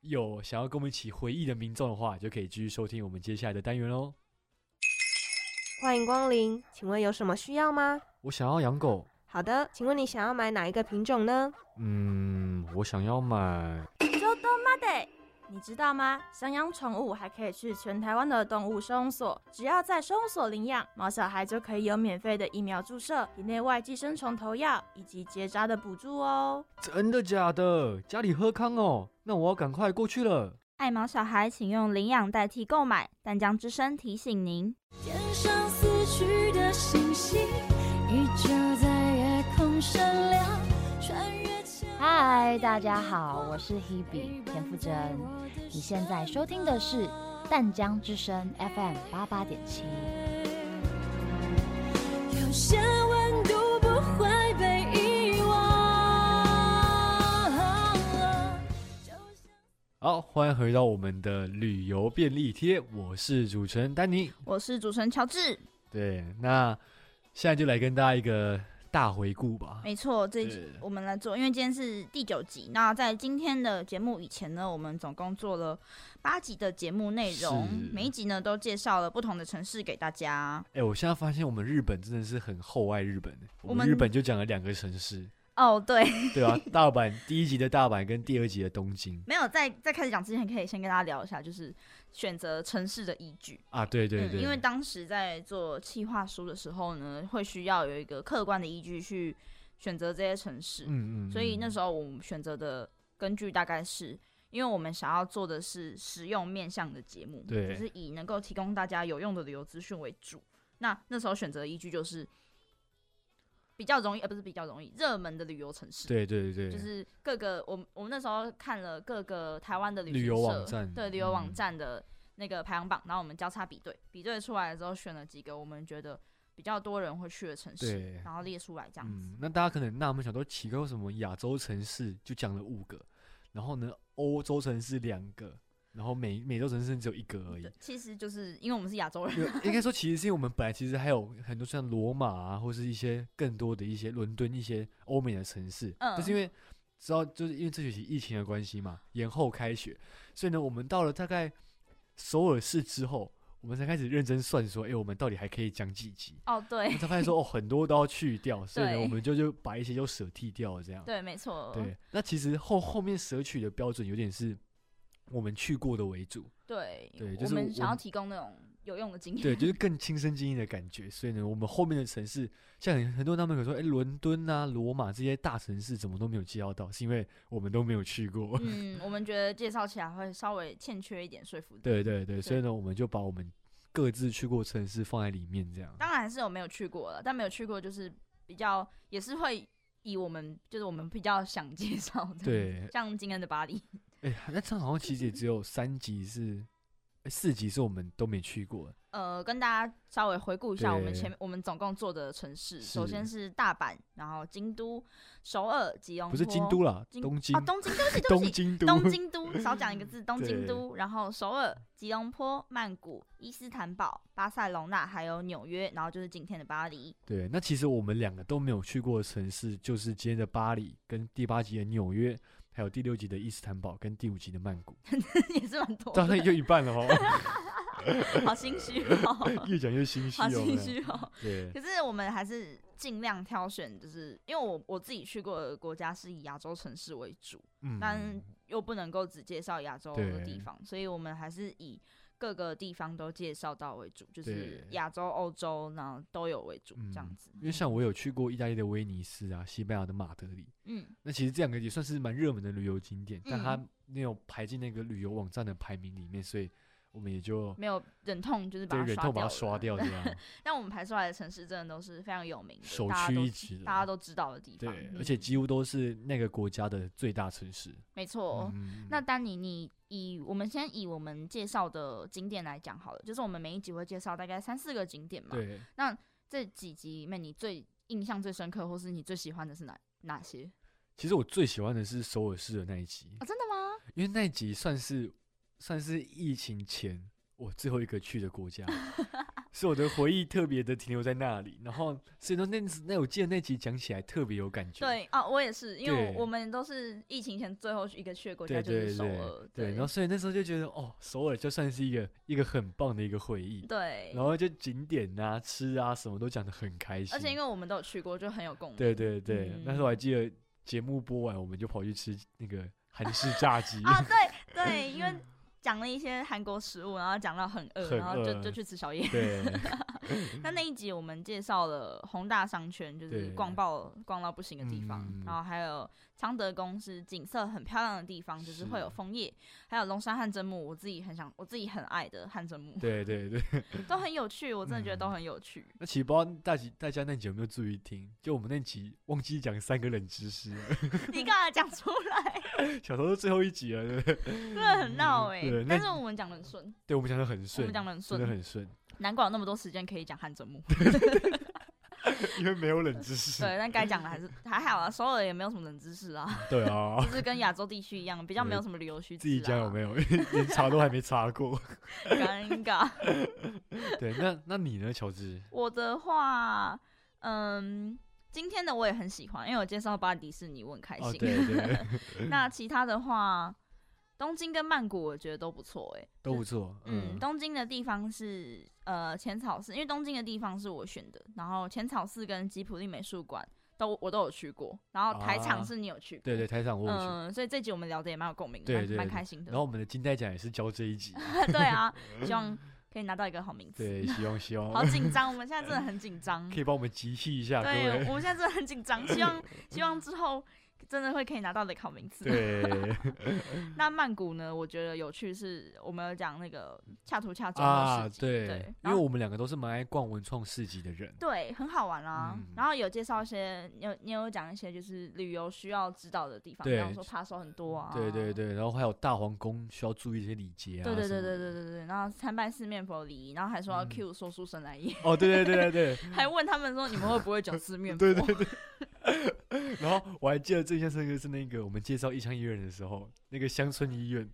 Speaker 3: 有想要跟我们一起回忆的民众的话，就可以继续收听我们接下来的单元喽。
Speaker 8: 欢迎光临，请问有什么需要吗？
Speaker 3: 我想要养狗，
Speaker 8: 好的，请问你想要买哪一个品种呢？
Speaker 3: 嗯，我想要买，
Speaker 9: 周多妈的，你知道吗？想养宠物还可以去全台湾的动物收容所，只要在收容所领养毛小孩，就可以有免费的疫苗注射、体内外寄生虫投药以及结扎的补助哦。
Speaker 3: 真的假的？家里喝康哦，那我要赶快过去了。
Speaker 1: 爱毛小孩，请用领养代替购买。淡江之声提醒您。
Speaker 10: 天上死去的星星，依旧在夜空闪亮，穿越千万
Speaker 11: 嗨，大家好，我是 Hebe 田馥甄，你现在收听的是淡江之声 FM 八八点七。
Speaker 10: 有些温度不会被遗忘。就像
Speaker 3: 好，欢迎回到我们的旅游便利贴，我是主持人丹尼。
Speaker 1: 我是主持人乔治，
Speaker 3: 对，那现在就来跟大家一个大回顾吧。
Speaker 1: 没错，这一集
Speaker 3: 对
Speaker 1: 我们来做，因为今天是第九集。那在今天的节目以前呢，我们总共做了八集的节目内容
Speaker 3: 是，
Speaker 1: 每一集呢都介绍了不同的城市给大家。
Speaker 3: 哎、我现在发现我们日本真的是很厚爱日本的，我
Speaker 1: 我
Speaker 3: 们
Speaker 1: 们
Speaker 3: 日本就讲了两个城市，
Speaker 1: 哦，对，
Speaker 3: 对
Speaker 1: *laughs*
Speaker 3: 啊，大阪第一集的大阪跟第二集的东京
Speaker 1: 没有在在开始讲之前，可以先跟大家聊一下，就是选择城市的依据。
Speaker 3: 啊，对对对，
Speaker 1: 嗯，因为当时在做企划书的时候呢，会需要有一个客观的依据去选择这些城市。
Speaker 3: 嗯嗯
Speaker 1: 所以那时候我们选择的根据大概是，因为我们想要做的是实用面向的节目，
Speaker 3: 对
Speaker 1: 就是以能够提供大家有用的旅游资讯为主。那那时候选择的依据就是比较容易，呃，不是比较容易，热门的旅游城市。
Speaker 3: 对对啊对
Speaker 1: 就是各个我们我们那时候看了各个台湾的旅
Speaker 3: 旅
Speaker 1: 行
Speaker 3: 游
Speaker 1: 社
Speaker 3: 网站嗯
Speaker 1: 对旅游网站的那个排行榜，然后我们交叉比对，比对出来之后选了几个我们觉得比较多人会去的城市
Speaker 3: 对，
Speaker 1: 然后列出来这样子。
Speaker 3: 嗯，那大家可能纳闷想说，奇怪，为什么亚洲城市就讲了五个，然后呢，欧洲城市两个，然后美美洲城市只有一个而已。
Speaker 1: 其实就是因为我们是亚洲
Speaker 3: 没有 *laughs*
Speaker 1: 人，
Speaker 3: 应该说，其实是因为我们本来其实还有很多像罗马啊，或是一些更多的一些伦敦一些欧美的城市，
Speaker 1: 嗯
Speaker 3: 但是因为知道就是因为这学期疫情的关系嘛，延后开学，所以呢，我们到了大概首尔市之后，我们才开始认真算说，哎、我们到底还可以讲几集？
Speaker 1: *laughs* 哦，
Speaker 3: 我
Speaker 1: 对
Speaker 3: 们才发现说，哦，很多都要去掉，所以呢，
Speaker 1: 对
Speaker 3: 我们就就把一些就舍弃掉了，这样。
Speaker 1: 对，没错，
Speaker 3: 对，那其实后后面舍取的标准有点是我们去过的为主，
Speaker 1: 对
Speaker 3: 对就是
Speaker 1: 我们
Speaker 3: 我
Speaker 1: 想要
Speaker 3: 们
Speaker 1: 提供那种有用的经验，
Speaker 3: 对，就是更亲身经历的感觉。所以呢，我们后面的城市，像很很多人他们可能说，哎、伦敦啊、罗马这些大城市怎么都没有介绍到，是因为我们都没有去过。
Speaker 1: 嗯，我们觉得介绍起来会稍微欠缺一点说服力。
Speaker 3: *laughs* 对对对，所以呢，我们就把我们各自去过城市放在里面，这样。
Speaker 1: 当然还是有没有去过了，但没有去过就是比较也是会以我们就是我们比较想介绍的，
Speaker 3: 对
Speaker 1: 像今天的巴黎，
Speaker 3: 哎、那这样好像其
Speaker 1: 嗯
Speaker 3: 实也只有三集是，哎四集是我们都没去过的。
Speaker 1: 呃，跟大家稍微回顾一下
Speaker 3: 对
Speaker 1: 我们前面我们总共做的城市，
Speaker 3: 是
Speaker 1: 首先是大阪，然后京都、首尔、吉隆坡，
Speaker 3: 不是京都啦
Speaker 1: 京
Speaker 3: 东京
Speaker 1: 啊，东京，对不
Speaker 3: *laughs*
Speaker 1: 起，对不
Speaker 3: 东
Speaker 1: 起，
Speaker 3: 京都，
Speaker 1: 东京都，少讲一个字，东
Speaker 3: 对
Speaker 1: 京都，然后首尔、吉隆坡、曼谷、伊斯坦堡、巴塞隆纳，还有纽约，然后就是今天的巴黎。 *laughs*
Speaker 3: 对，那其实我们两个都没有去过的城市，就是今天的巴黎，跟第八集的纽约，还有第六集的伊斯坦堡，跟第五集的曼谷，
Speaker 1: 也是蛮多
Speaker 3: 当
Speaker 1: 的
Speaker 3: 然，就一半
Speaker 1: *laughs*
Speaker 3: 了哦，，
Speaker 1: 好心虚哦
Speaker 3: *laughs* 越讲越心虚哦
Speaker 1: 好心虚哦。
Speaker 3: 对
Speaker 1: *laughs* 可是我们还是尽量挑选，就是因为我我自己去过的国家是以亚洲城市为主，
Speaker 3: 嗯
Speaker 1: 但又不能够只介绍亚洲的
Speaker 3: 对
Speaker 1: 地方，所以我们还是以各个地方都介绍到为主，就是
Speaker 3: 对嗯
Speaker 1: 亚洲、欧洲，然后都有为主这样子。
Speaker 3: 因为像我有去过意大利的威尼斯啊，西班牙的马德里，
Speaker 1: 嗯，
Speaker 3: 那其实这两个也算是蛮热门的旅游景点，但它
Speaker 1: 嗯
Speaker 3: 没有排进那个旅游网站的排名里面，所以我们也就
Speaker 1: 没有忍痛，嗯就是把
Speaker 3: 对
Speaker 1: 它
Speaker 3: 忍
Speaker 1: 刷
Speaker 3: 痛把
Speaker 1: 掉
Speaker 3: 它
Speaker 1: 了。
Speaker 3: 刷掉
Speaker 1: *laughs*
Speaker 3: 这样。
Speaker 1: 但我们排出来的城市真的都是非常有名的，
Speaker 3: 首
Speaker 1: 大家
Speaker 3: 屈
Speaker 1: 都
Speaker 3: 一
Speaker 1: 知
Speaker 3: 指了
Speaker 1: 大家都知道的地方。
Speaker 3: 对，
Speaker 1: 嗯
Speaker 3: 而且几乎都是那个国家的最大城市。
Speaker 1: 没错。
Speaker 3: 嗯
Speaker 1: 哦那丹尼，你以我们先以我们介绍的景点来讲好了，就是我们每一集会介绍大概三四个景点嘛。
Speaker 3: 对，
Speaker 1: 那这几集里面，你最印象最深刻，或是你最喜欢的是哪哪些？
Speaker 3: 其实我最喜欢的是首尔市的那一集，
Speaker 1: 啊，真的吗？
Speaker 3: 因为那一集算是算是疫情前我最后一个去的国
Speaker 1: *laughs*
Speaker 3: 家，所以我的回忆特别的停留在那里。然后，所以说那那我记得那集讲起来特别有感觉。
Speaker 1: 对啊，我也是，因为
Speaker 3: 对
Speaker 1: 我们都是疫情前最后一个去的国家
Speaker 3: 对
Speaker 1: 就
Speaker 3: 对
Speaker 1: 是首
Speaker 3: 对
Speaker 1: 尔。
Speaker 3: 对，然后所以那时候就觉得哦，首尔就算是一个一个很棒的一个回忆。
Speaker 1: 对
Speaker 3: 然后就景点啊、吃啊什么都讲得很开心。
Speaker 1: 而且因为嗯我们都有去过，就很有共鸣。
Speaker 3: 对对对，那时候我还记得节目播完，我们就跑去吃那个韩式炸
Speaker 1: *laughs*
Speaker 3: 鸡 *laughs*
Speaker 1: 啊，对对，因为讲了一些韩国食物，然后讲到很饿，
Speaker 3: 很
Speaker 1: 然后就
Speaker 3: 饿
Speaker 1: 就去吃宵夜。
Speaker 3: 对
Speaker 1: 那那一集我们介绍了宏大商圈，就是
Speaker 3: 对嗯
Speaker 1: 逛爆逛到不行的地方，然后还有昌德宫是景色很漂亮的地方，就是会有
Speaker 3: 是
Speaker 1: 枫叶，还有龙山汗蒸木，我自己很想，我自己很爱的汗蒸木，
Speaker 3: 对对对。嗯
Speaker 1: 都很有趣，我真的觉得都很有趣。
Speaker 3: 那其实不知道大集大家那集有没有注意听？就我们那集忘记讲三个冷知识了， *laughs*
Speaker 1: 你干嘛讲出来？
Speaker 3: 小偷都最后一集了，对不对？
Speaker 1: 真的很闹哎、
Speaker 3: 嗯对
Speaker 1: 但
Speaker 3: 那
Speaker 1: 是我们讲的很顺，
Speaker 3: 对我们讲的很
Speaker 1: 我
Speaker 3: 顺，
Speaker 1: 们讲的很顺，
Speaker 3: 真的很顺，
Speaker 1: 难怪有那么多时间可以讲汗蒸木。
Speaker 3: 因为没有冷知识。
Speaker 1: 对，但该讲的还是还好啊，首尔也没有什么冷知识啊。
Speaker 3: 对啊 *laughs*
Speaker 1: 就是跟亚洲地区一样，比较没有什么旅游须
Speaker 3: 自
Speaker 1: 知啊
Speaker 3: 己讲有没有？ *laughs* 连查都还没查过。 *laughs*
Speaker 1: 尴尬。
Speaker 3: 对，那那你呢，乔治？
Speaker 1: 我的话，嗯，今天的我也很喜欢，因为我介绍巴黎迪士尼，我很开心。
Speaker 3: 哦对 *laughs*
Speaker 1: *laughs*
Speaker 3: 对
Speaker 1: 那其他的话，东京跟曼谷我觉得都不错、哎，
Speaker 3: 都不错。
Speaker 1: 嗯，东京的地方是呃浅草寺，因为东京的地方是我选的，然后浅草寺跟吉普力美术馆都我都有去过，然后台
Speaker 3: 啊
Speaker 1: 场是你有去过，
Speaker 3: 对对，台场我有去。
Speaker 1: 嗯、所以这集我们聊的也蛮有共鸣的，
Speaker 3: 对
Speaker 1: 蛮
Speaker 3: 对，
Speaker 1: 蛮
Speaker 3: 对
Speaker 1: 开心的
Speaker 3: 然。后我们的金代奖也是教这一集，
Speaker 1: *laughs* 对
Speaker 3: *laughs*
Speaker 1: 啊，希望可以拿到一个好名次。
Speaker 3: 对，希望希望
Speaker 1: 好紧张，我们现在真的很紧张。
Speaker 3: *laughs* 可以帮我们集气一下，啊各
Speaker 1: 对，我
Speaker 3: 位。
Speaker 1: 们现在真的很紧张，希
Speaker 3: *laughs*
Speaker 1: 望希望之后真的会可以拿到的好名次。
Speaker 3: 对
Speaker 1: 那曼谷呢？我觉得有趣是，我们有讲那个恰图恰中的
Speaker 3: 啊，
Speaker 1: 事情，对
Speaker 3: 对，因为我们两个都是蛮爱逛文创市集的人，
Speaker 1: 对，很好玩啊。
Speaker 3: 嗯
Speaker 1: 然后有介绍一些，你有你有讲一些就是旅游需要知道的地方，比
Speaker 3: 对
Speaker 1: 方说扒手很多啊，
Speaker 3: 对对对，然后还有大皇宫需要注意一些礼节啊，
Speaker 1: 对对对
Speaker 3: 什么嗯
Speaker 1: 对对对对，然后参拜四面佛礼仪，然后还说要 Q 说出神来也。
Speaker 3: 哦对对对对对
Speaker 1: 还问他们说你们会不会讲四面佛？
Speaker 3: *laughs* 对对对。然后我还记得最印象深刻是那个我们介绍异乡医院的时候，那个乡村医院，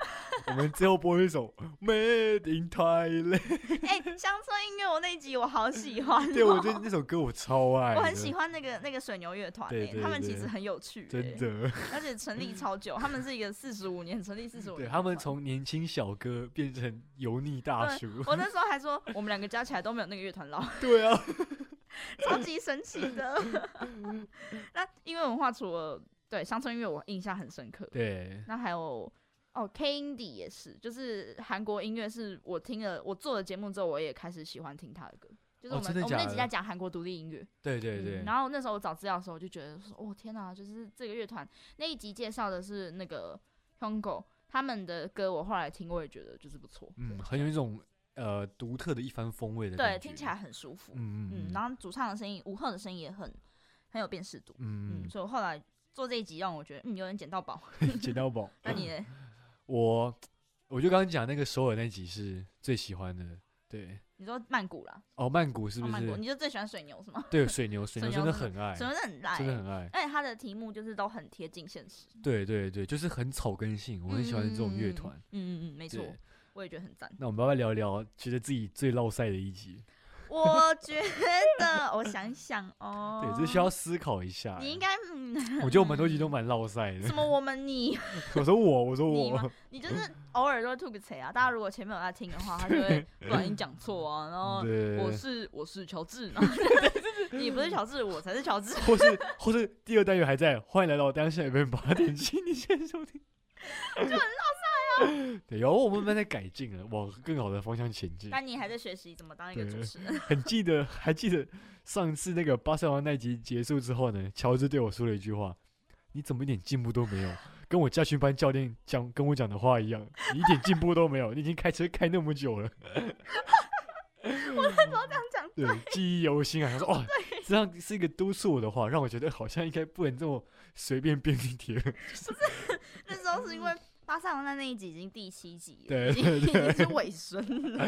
Speaker 3: 我们最后播一首《Made in Thailand》，
Speaker 1: 哎、乡村音乐我那一集我好喜欢、哦，
Speaker 3: *laughs* 对我对那首歌我超爱，
Speaker 1: 我很喜。欢那个那个水牛乐团、
Speaker 3: 对
Speaker 1: 欸，
Speaker 3: 对
Speaker 1: 他们其
Speaker 3: 对
Speaker 1: 实很有趣、欸，
Speaker 3: 真的
Speaker 1: 而且成立超久，他们是一个四十五年成立四十五
Speaker 3: 对
Speaker 1: 年。
Speaker 3: 他们从年轻小哥变成油腻大
Speaker 1: 对
Speaker 3: 叔，
Speaker 1: 我那时候还说我们两个加起来都没有那个乐团老， *laughs*
Speaker 3: 对啊， *laughs*
Speaker 1: 超级神奇的。 *laughs* 那因为文化除了对乡村音乐我印象很深刻，
Speaker 3: 对
Speaker 1: 那还有哦 K indie 也是，就是韩国音乐是我听了我做了节目之后，我也开始喜欢听他的歌。就是
Speaker 3: 哦
Speaker 1: 我们、
Speaker 3: 真的
Speaker 1: 我们
Speaker 3: 假
Speaker 1: 那集在
Speaker 3: 的
Speaker 1: 讲韩国独立音乐，
Speaker 3: 对对对
Speaker 1: 嗯然后那时候我找资料的时候，我就觉得说，哦天哪，就是这个乐团那一集介绍的是那个 Hongo 他们的歌，我后来听我也觉得就是不错，
Speaker 3: 嗯，很有一种呃独特的一番风味的感
Speaker 1: 对，
Speaker 3: 觉，
Speaker 1: 听起来很舒服，
Speaker 3: 嗯嗯嗯
Speaker 1: 然后主唱的声音，吴赫的声音也很很有辨识度，
Speaker 3: 嗯
Speaker 1: 所以我后来做这一集让我觉得，嗯，有点捡到
Speaker 3: *laughs*
Speaker 1: 宝。
Speaker 3: 捡
Speaker 1: *laughs*
Speaker 3: 到宝。
Speaker 1: 那你呢？
Speaker 3: 我我就刚刚讲那个首尔那集是最喜欢的，对，
Speaker 1: 你说曼谷啦，
Speaker 3: 哦，曼谷是
Speaker 1: 哦
Speaker 3: 不
Speaker 1: 曼谷，你
Speaker 3: 是？
Speaker 1: 就最喜欢水牛是吗？
Speaker 3: 对，水牛，水牛真的很爱，
Speaker 1: 水牛真的很爱，欸
Speaker 3: 真的很爱。
Speaker 1: 而且它的题目就是都很贴近现实，
Speaker 3: 对对对，就是很草根性，我很喜欢这种乐
Speaker 1: 嗯
Speaker 3: 团。
Speaker 1: 嗯嗯嗯，没错
Speaker 3: 对，
Speaker 1: 我也觉得很赞。
Speaker 3: 那我们要不要聊一聊觉得自己最落赛的一集？
Speaker 1: *laughs* 我觉得，我想想哦，
Speaker 3: 对，这需要思考一下。
Speaker 1: 你应该，嗯，
Speaker 3: 我觉得我们都一集都蛮落赛
Speaker 1: *laughs*
Speaker 3: 的。
Speaker 1: 什么？我们你
Speaker 3: 我说我，我说
Speaker 1: 你
Speaker 3: *laughs*
Speaker 1: 吗
Speaker 3: 我，？
Speaker 1: 你就是偶尔都会吐个词啊。大家如果前面有在听的话，他就会不小心讲错啊。然后
Speaker 3: 对
Speaker 1: 我是我是乔治，然后就是 *laughs* 你不是乔治，我才是乔
Speaker 3: *laughs*
Speaker 1: 治。
Speaker 3: 或是或是第二单元还在，欢迎来到当下 FM 八点七，你现在收听。
Speaker 1: 就很落赛啊。
Speaker 3: *laughs* 对，然后我们慢慢在改进了，往更好的方向前进。
Speaker 1: 但你还在学习怎么当一个主持人。
Speaker 3: 很记得，还记得上次那个巴塞罗那那集结束之后呢，乔治对我说了一句话：“你怎么一点进步都没有？”跟我家训班教练讲跟我讲的话一样，你一点进步都没有，你已经开车开那么久了，
Speaker 1: *laughs* 我那时候这样讲，
Speaker 3: 对，记忆犹新啊。他说：“哦，这样是一个督促我的话，让我觉得好像应该不能这么随便便利贴。
Speaker 1: 那时候是因为巴塞罗那那一集已经第七集了，
Speaker 3: 对
Speaker 1: 已经
Speaker 3: 对
Speaker 1: 已经是
Speaker 3: 对
Speaker 1: 尾声
Speaker 3: *laughs*
Speaker 1: 了。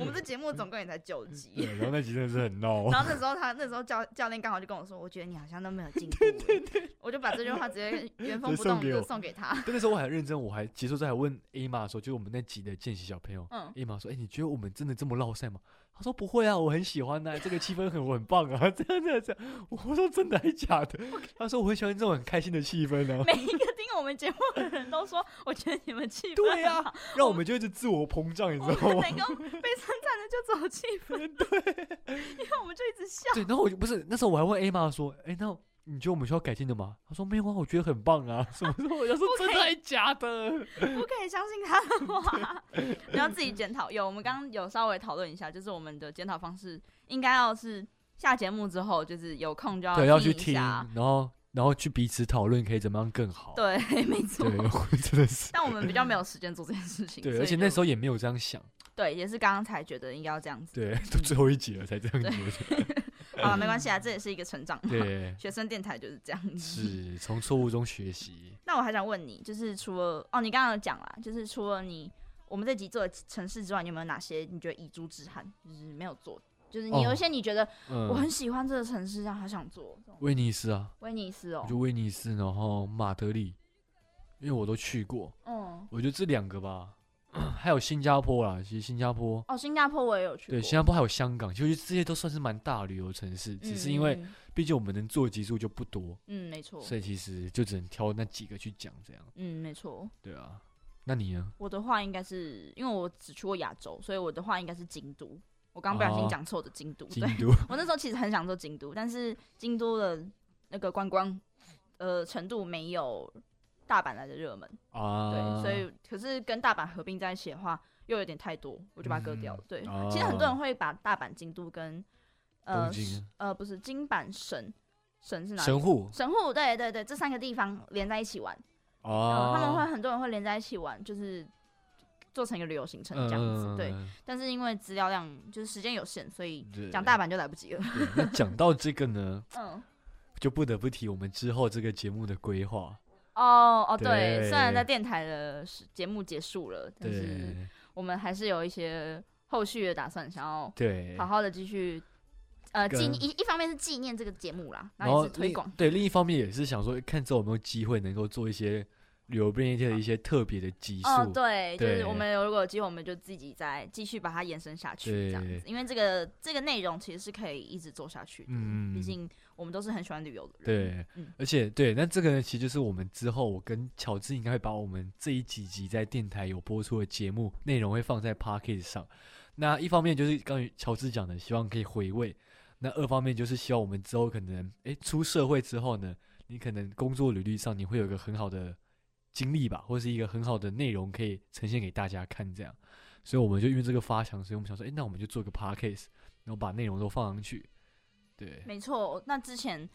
Speaker 1: 我们这节目 *laughs* 总共也才九”集
Speaker 3: 对，。然后那集真的是很闹。
Speaker 1: 然后那时候他那时候教教练刚好就跟我说，我觉得你好像都没有进步欸，我就把这句话直接原封
Speaker 3: 就
Speaker 1: 不
Speaker 3: 送
Speaker 1: 动
Speaker 3: 给
Speaker 1: 就
Speaker 3: 我哦
Speaker 1: 送给他。
Speaker 3: 但那时候我很认真，我还结束之后还问 A 玛说，就是我们那集的见习小朋友，
Speaker 1: 嗯
Speaker 3: ，A 玛说，哎、你觉得我们真的这么落赛吗？他说不会啊，我很喜欢呐、这个气氛很 *laughs* 我很棒啊，这样这样这样。我说真的还假的？他说我很喜欢这种很开心的气氛啊，
Speaker 1: *laughs* 每一个听我们节目的人都说，我觉得你们气氛对呀、啊，
Speaker 3: 让我们就一直自我膨胀，你知 *laughs* 道
Speaker 1: *laughs* 能
Speaker 3: 吗？
Speaker 1: 够被称赞的就只有气氛，
Speaker 3: 嗯
Speaker 1: 对， *laughs* 因为我们就一直笑。
Speaker 3: 对，然后我就不是那时候我还问 A 玛说，哎、那你觉得我们需要改进的吗？他说没有啊，我觉得很棒啊，什么什么。我
Speaker 1: *laughs*
Speaker 3: 就说
Speaker 1: 不可
Speaker 3: 真
Speaker 1: 以
Speaker 3: 的还假的？
Speaker 1: 不可以相信他的话， *laughs* 你要自己检讨。有，我们刚刚有稍微讨论一下，就是我们的检讨方式应该要是下节目之后，就是有空就
Speaker 3: 对，要去
Speaker 1: 听一
Speaker 3: 听，
Speaker 1: 下。
Speaker 3: 然后然后去彼此讨论可以怎么样更好。
Speaker 1: 对，没错
Speaker 3: 对，。我真的是。
Speaker 1: *laughs* 但我们比较没有时间做这件事情。
Speaker 3: 对，
Speaker 1: 所以
Speaker 3: 而且
Speaker 1: 就
Speaker 3: 那时候也没有这样想，
Speaker 1: 对，也是刚刚才觉得应该要这样子。 *laughs*
Speaker 3: 对，都最后一集了才这样觉得， *laughs*
Speaker 1: 好了，没关系啊，这也是一个成长嘛。
Speaker 3: 对
Speaker 1: 学生电台就是这样子。 *laughs*
Speaker 3: 是从错误中学习。
Speaker 1: 那我还想问你，就是除了哦，你刚刚有讲啦，就是除了你我们这集做的城市之外，你有没有哪些你觉得遗珠之憾，就是没有做的？就是你有一些你觉得
Speaker 3: 嗯
Speaker 1: 我很喜欢这个城市，但好想做。这种
Speaker 3: 威尼斯啊，
Speaker 1: 威尼斯哦
Speaker 3: 我，就威尼斯，然后马德里，因为我都去过，
Speaker 1: 嗯，
Speaker 3: 我觉得这两个吧，还有新加坡啦，其实新加坡
Speaker 1: 哦，新加坡我也有去过。嗯
Speaker 3: 对，新加坡还有香港，其实这些都算是蛮大的旅游城市，只是因为
Speaker 1: 嗯嗯
Speaker 3: 毕竟我们能做的集数就不多，
Speaker 1: 嗯没错
Speaker 3: 所以其实就只能挑那几个去讲这样，
Speaker 1: 嗯，没错。
Speaker 3: 对啊。那你呢？
Speaker 1: 我的话应该是因为我只去过亚洲，所以我的话应该是京都。我刚不小心
Speaker 3: 哦
Speaker 1: 讲错的京都，
Speaker 3: 京
Speaker 1: 对 *laughs*
Speaker 3: 都
Speaker 1: 我那时候其实很想做京都，但是京都的那个观光呃程度没有大阪来的热门，
Speaker 3: 啊，
Speaker 1: 对，所以可是跟大阪合并在一起的话，又有点太多，我就把它割掉了。对，
Speaker 3: 哦
Speaker 1: 其实很多人会把大阪、京都跟呃
Speaker 3: 东京
Speaker 1: 是呃不是京阪神神是哪里？
Speaker 3: 神户
Speaker 1: 神户，对对对，这三个地方连在一起玩，呃
Speaker 3: 哦，
Speaker 1: 他们会很多人会连在一起玩，就是做成一个旅游行程这样子。
Speaker 3: 嗯
Speaker 1: 对，但是因为资料量就是时间有限，所以
Speaker 3: 对
Speaker 1: 讲大阪就来不及了。 *laughs*
Speaker 3: 对那讲到这个呢，
Speaker 1: 嗯，
Speaker 3: 就不得不提我们之后这个节目的规划。
Speaker 1: 哦哦，对，
Speaker 3: 对
Speaker 1: 虽然在电台的时节目结束了，但是
Speaker 3: 对，
Speaker 1: 我们还是有一些后续的打算，想要
Speaker 3: 对
Speaker 1: 好好的继续。呃，纪
Speaker 3: 跟
Speaker 1: 一一方面是纪念这个节目啦，
Speaker 3: 然
Speaker 1: 后
Speaker 3: 后
Speaker 1: 也是推
Speaker 3: 另
Speaker 1: 广。
Speaker 3: 对，另一方面也是想说，看之后有没有机会能够做一些旅游便利贴的一些特别的集数。
Speaker 1: 哦，对，就是
Speaker 3: 对
Speaker 1: 我们有如果有机会，我们就自己再继续把它延伸下去，这样
Speaker 3: 对
Speaker 1: 子。因为这个这个内容其实是可以一直做下去的，
Speaker 3: 嗯
Speaker 1: 毕竟我们都是很喜欢旅游的人。
Speaker 3: 对，而且对，那这个呢，其实就是我们之后我跟乔治应该会把我们这一几集在电台有播出的节目内容会放在 p o c k e t 上。那一方面就是刚才乔治讲的，希望可以回味；那二方面就是希望我们之后可能，诶，出社会之后呢，你可能工作履历上你会有一个很好的经历吧，或是一个很好的内容可以呈现给大家看，这样。所以我们就因为这个发想，所以我们想说，诶，那我们就做个 p o c k e t 然后把内容都放上去。对，
Speaker 1: 没错，那之前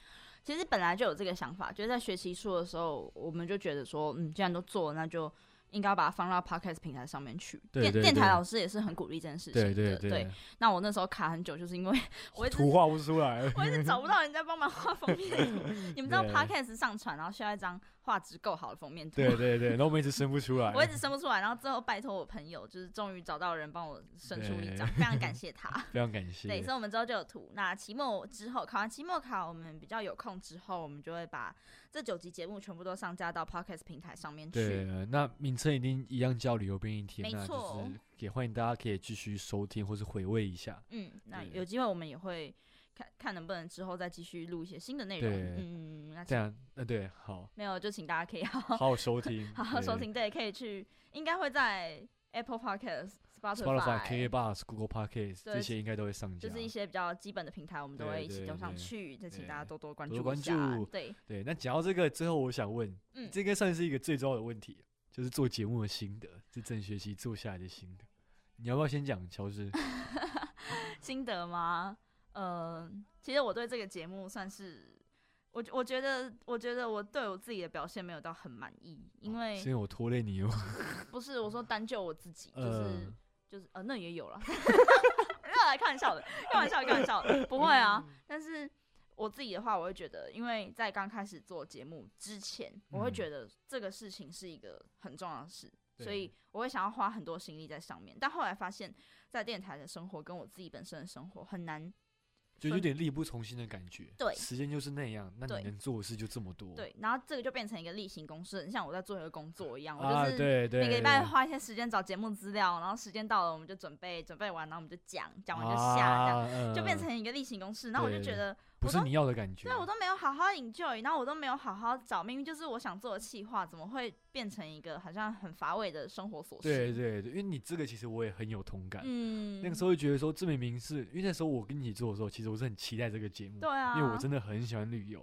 Speaker 1: 其实本来就有这个想法，就是在学期初的时候，我们就觉得说，嗯，既然都做了，那就应该把它放到 podcast 平台上面去。
Speaker 3: 对对
Speaker 1: 电电台
Speaker 3: 对
Speaker 1: 老师也是很鼓励这件事情
Speaker 3: 对
Speaker 1: 的。
Speaker 3: 对
Speaker 1: 对
Speaker 3: 对
Speaker 1: 那我那时候卡很久，就是因
Speaker 3: *laughs*
Speaker 1: 为我一直
Speaker 3: 图画不出来，
Speaker 1: *laughs* 我一直找不到人家帮忙画封面
Speaker 3: *laughs*
Speaker 1: 图。你们知道
Speaker 3: 对
Speaker 1: podcast 上传，然后需要一张画质够好的封面图。
Speaker 3: 对对对，然后我们一直生不出来。
Speaker 1: 我一直生不出来，然后最后拜托我朋友，就是终于找到人帮我生出一张，
Speaker 3: 对
Speaker 1: 非常感谢他，
Speaker 3: 非常感谢
Speaker 1: 对，所以我们之后就有图。那期末之后考完期末考，我们比较有空之后，我们就会把这九集节目全部都上架到 Podcast 平台上面
Speaker 3: 对
Speaker 1: 去。，
Speaker 3: 那名称一定一样叫旅游便利贴，
Speaker 1: 没
Speaker 3: 那就
Speaker 1: 错
Speaker 3: 是也欢迎大家可以继续收听或是回味一下。
Speaker 1: 嗯，那
Speaker 3: 对
Speaker 1: 有机会我们也会看看能不能之后再继续录一些新的内容。
Speaker 3: 对，
Speaker 1: 嗯，那
Speaker 3: 这样呃对，好，
Speaker 1: 没有就请大家可以好
Speaker 3: 好好收听
Speaker 1: *laughs* 好好收
Speaker 3: 对
Speaker 1: 听，对，可以去，应该会在 Apple Podcast、
Speaker 3: Spotify、KK Bus、Google Podcast
Speaker 1: 对
Speaker 3: 这些应该都会上架，
Speaker 1: 就是一些比较基本的平台，我们都
Speaker 3: 对
Speaker 1: 会一起
Speaker 3: 对
Speaker 1: 丢上
Speaker 3: 对
Speaker 1: 去，再请大家多多关
Speaker 3: 多多
Speaker 1: 注一
Speaker 3: 关
Speaker 1: 下
Speaker 3: 注。。
Speaker 1: 对，
Speaker 3: 对，那讲到这个，最后我想问，
Speaker 1: 嗯
Speaker 3: 这应该算是一个最重要的问题，就是做节目的心得，这整学期做下来的心得，你要不要先讲，乔治？
Speaker 1: 心得吗？呃，其实我对这个节目算是，我我觉得，我觉得我对我自己的表现没有到很满意， *laughs* 因为、
Speaker 3: 是因为我拖累你哦。
Speaker 1: 不是我说单就我自己，就是、
Speaker 3: 嗯
Speaker 1: 就是呃，那也有了， *laughs* 没有来开玩笑的，开玩笑，开玩笑
Speaker 3: 嗯
Speaker 1: 的，不会啊。但是我自己的话，我会觉得，因为在刚开始做节目之前，我会
Speaker 11: 嗯
Speaker 1: 觉得这个事情是一个很重要的事，
Speaker 11: 对
Speaker 1: 所以我会想要花很多心力在上面。但后来发现，在电台的生活跟我自己本身的生活很难
Speaker 3: 就有
Speaker 1: 分
Speaker 3: 点力不从心的感觉。
Speaker 1: 嗯对
Speaker 3: 时间就是那样，那
Speaker 1: 对
Speaker 3: 你能做的事就这么多。
Speaker 1: 对，然后这个就变成一个例行公事，很像我在做一个工作一样，
Speaker 3: 啊
Speaker 1: 我就是
Speaker 3: 对对
Speaker 1: 每个礼拜
Speaker 3: 对
Speaker 1: 花一些时间找节目资料，然后时间到了我们就准备，准备完然后我们就讲，讲完就下，
Speaker 3: 啊
Speaker 1: 这样就
Speaker 3: 嗯
Speaker 1: 变成一个例行公事。然后我就
Speaker 3: 对
Speaker 1: 觉得
Speaker 3: 不
Speaker 1: 我
Speaker 3: 是
Speaker 1: 都
Speaker 3: 你要的感觉。
Speaker 1: 对我都没有好好 enjoy，然后我都没有好好找，明明就是我想做的企划，怎么会变成一个好像很乏味的生活琐事？
Speaker 3: 对对对，因为你这个其实我也很有同感。
Speaker 1: 嗯
Speaker 3: 那个时候就觉得说，这明明是因为那时候我跟你一起做的时候，其实我是很期待这个节目，
Speaker 1: 对啊
Speaker 3: 因为我真的很喜欢旅游，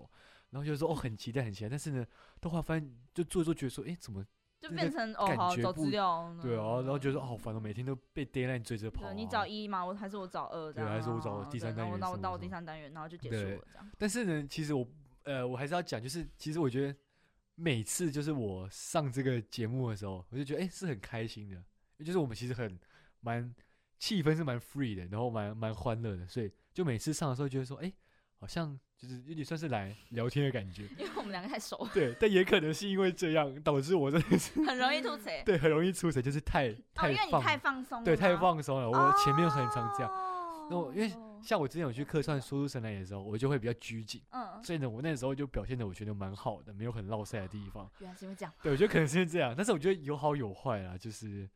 Speaker 3: 然后就说哦很期待很期待，但是呢，到后来发现就做一做觉得说，哎怎么
Speaker 1: 就
Speaker 3: 那
Speaker 1: 变
Speaker 3: 个
Speaker 1: 成哦
Speaker 3: 感
Speaker 1: 好
Speaker 3: 觉
Speaker 1: 找资
Speaker 3: 不
Speaker 1: 料
Speaker 3: 对
Speaker 1: 呢
Speaker 3: 啊，然后觉得说哦好烦哦，每天都被 deadline 追着跑啊、
Speaker 1: 嗯对你找一吗？我还是我找二？这
Speaker 3: 对
Speaker 1: 样
Speaker 3: 还是我找
Speaker 1: 啊
Speaker 3: 第
Speaker 1: 对
Speaker 3: 三单
Speaker 1: 然后
Speaker 3: 元
Speaker 1: 到
Speaker 3: 什
Speaker 1: 我
Speaker 3: 么
Speaker 1: 到
Speaker 3: 什
Speaker 1: 我第
Speaker 3: 么
Speaker 1: 三单元，然后就结束
Speaker 3: 对
Speaker 1: 了这样。，
Speaker 3: 但是呢，其实我呃，我还是要讲，就是其实我觉得每次就是我上这个节目的时候，我就觉得哎、诶是很开心的，因为就是我们其实很蛮气氛是蛮 free 的，然后蛮蛮欢乐的，所以就每次上的时候觉得说哎、诶好像就是有点算是来聊天
Speaker 1: *laughs*
Speaker 3: 的感觉。
Speaker 1: 因为我们两个太熟了，
Speaker 3: 对，但也可能是因为这样导致我真的是
Speaker 1: 很容易吐槽。
Speaker 3: 对很容易出神，就是太
Speaker 1: 哦，
Speaker 3: 太
Speaker 1: 因为你
Speaker 3: 放
Speaker 1: 太放松了吗，哦
Speaker 3: 对，太放松了。我前面很常这样。那我因为像我之前有去客串《说出神来》的时候，我就会比较拘谨，
Speaker 1: 嗯
Speaker 3: 所以呢，我那时候就表现的我觉得蛮好的，没有很落塞的地方。
Speaker 1: 原来是因为这样。
Speaker 3: 对，我觉得可能是因为这样，但是我觉得有好有坏啦，就是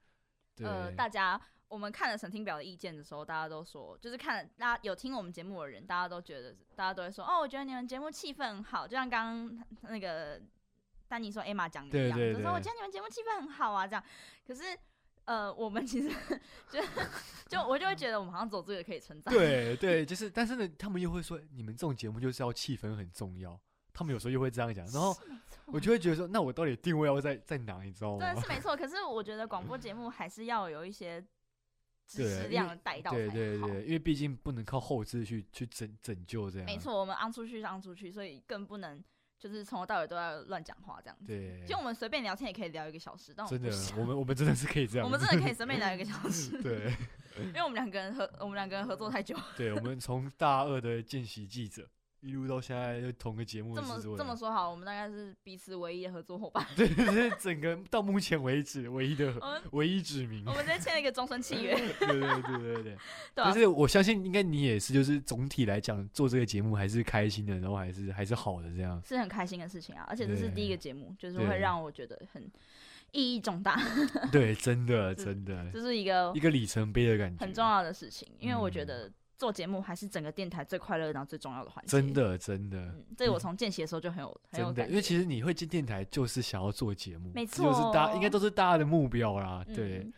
Speaker 1: 呃，
Speaker 3: 对
Speaker 1: 大家我们看了审听表的意见的时候，大家都说，就是看大家有听我们节目的人，大家都觉得，大家都会说，哦，我觉得你们节目气氛很好，就像刚刚那个丹尼说艾玛讲的一
Speaker 3: 对
Speaker 1: 样，
Speaker 3: 对
Speaker 1: 就说
Speaker 3: 对
Speaker 1: 我觉得你们节目气氛很好啊，这样。可是，呃，我们其实 *laughs* 就就我就会觉得我们好像走这个可以成长，
Speaker 3: 对对，就是，但是呢，他们又会说，你们这种节目就是要气氛很重要。他们有时候又会这样讲，然后我就会觉得说，那我到底定位要在在哪，你知道吗
Speaker 1: 对，？
Speaker 3: *laughs*
Speaker 1: 是没错。可是我觉得广播节目还是要有一些知
Speaker 3: 对
Speaker 1: 识
Speaker 3: 因
Speaker 1: 量
Speaker 3: 为
Speaker 1: 的带到才
Speaker 3: 对
Speaker 1: 好。
Speaker 3: 对对，因为毕竟不能靠后置去去拯拯救这样。
Speaker 1: 没，错，我们昂出去昂出去，所以更不能就是从头到尾都在乱讲话这样子。
Speaker 3: 对
Speaker 1: 就我们随便聊天也可以聊一个小时，但我
Speaker 3: 真
Speaker 1: 们
Speaker 3: 的
Speaker 1: 不行， *laughs*
Speaker 3: 我们我们真的是可以这样子。。
Speaker 1: 我们真的可以随便聊一个小时
Speaker 3: *laughs* 对
Speaker 1: 因为我们两个人合，我们两个人合作太久，
Speaker 3: 对，我们从大二的见习记者一路到现在，就同个节目
Speaker 1: 这
Speaker 3: 的
Speaker 1: 么
Speaker 3: 制作人，
Speaker 1: 这么说好，我们大概是彼此唯一的合作伙
Speaker 3: *laughs*
Speaker 1: 伴。
Speaker 3: 对，这是整个到目前为止唯一的
Speaker 1: 我们
Speaker 3: 唯一指名。
Speaker 1: 我们直接签了一个终身契约。
Speaker 3: *laughs* 对对对对对。
Speaker 1: 哦 *laughs* 对啊
Speaker 3: 但是我相信，应该你也是，就是总体来讲，做这个节目还是开心的，然后还是还是好的这
Speaker 1: *laughs*
Speaker 3: 样。
Speaker 1: 是很开心的事情啊，而且这是
Speaker 3: 对
Speaker 1: 第一个节目，就是
Speaker 3: 对
Speaker 1: 会让我觉得很意义重大，
Speaker 3: 对，真的真的，
Speaker 1: 这是一个
Speaker 3: 一个里程碑的感觉，
Speaker 1: 很重要的事情，因为我觉得做节目还是整个电台最快乐然后最重要的环节。
Speaker 3: 嗯真的真的。
Speaker 1: 这我从见习的时候就很有嗯很有
Speaker 3: 真的，
Speaker 1: 感
Speaker 3: 因
Speaker 1: 觉。
Speaker 3: 为其实你会进电台，就是想要做节目，
Speaker 1: 没
Speaker 3: 这就是大
Speaker 1: 错
Speaker 3: 应该都是大家的目标啦。
Speaker 1: 嗯
Speaker 3: 对，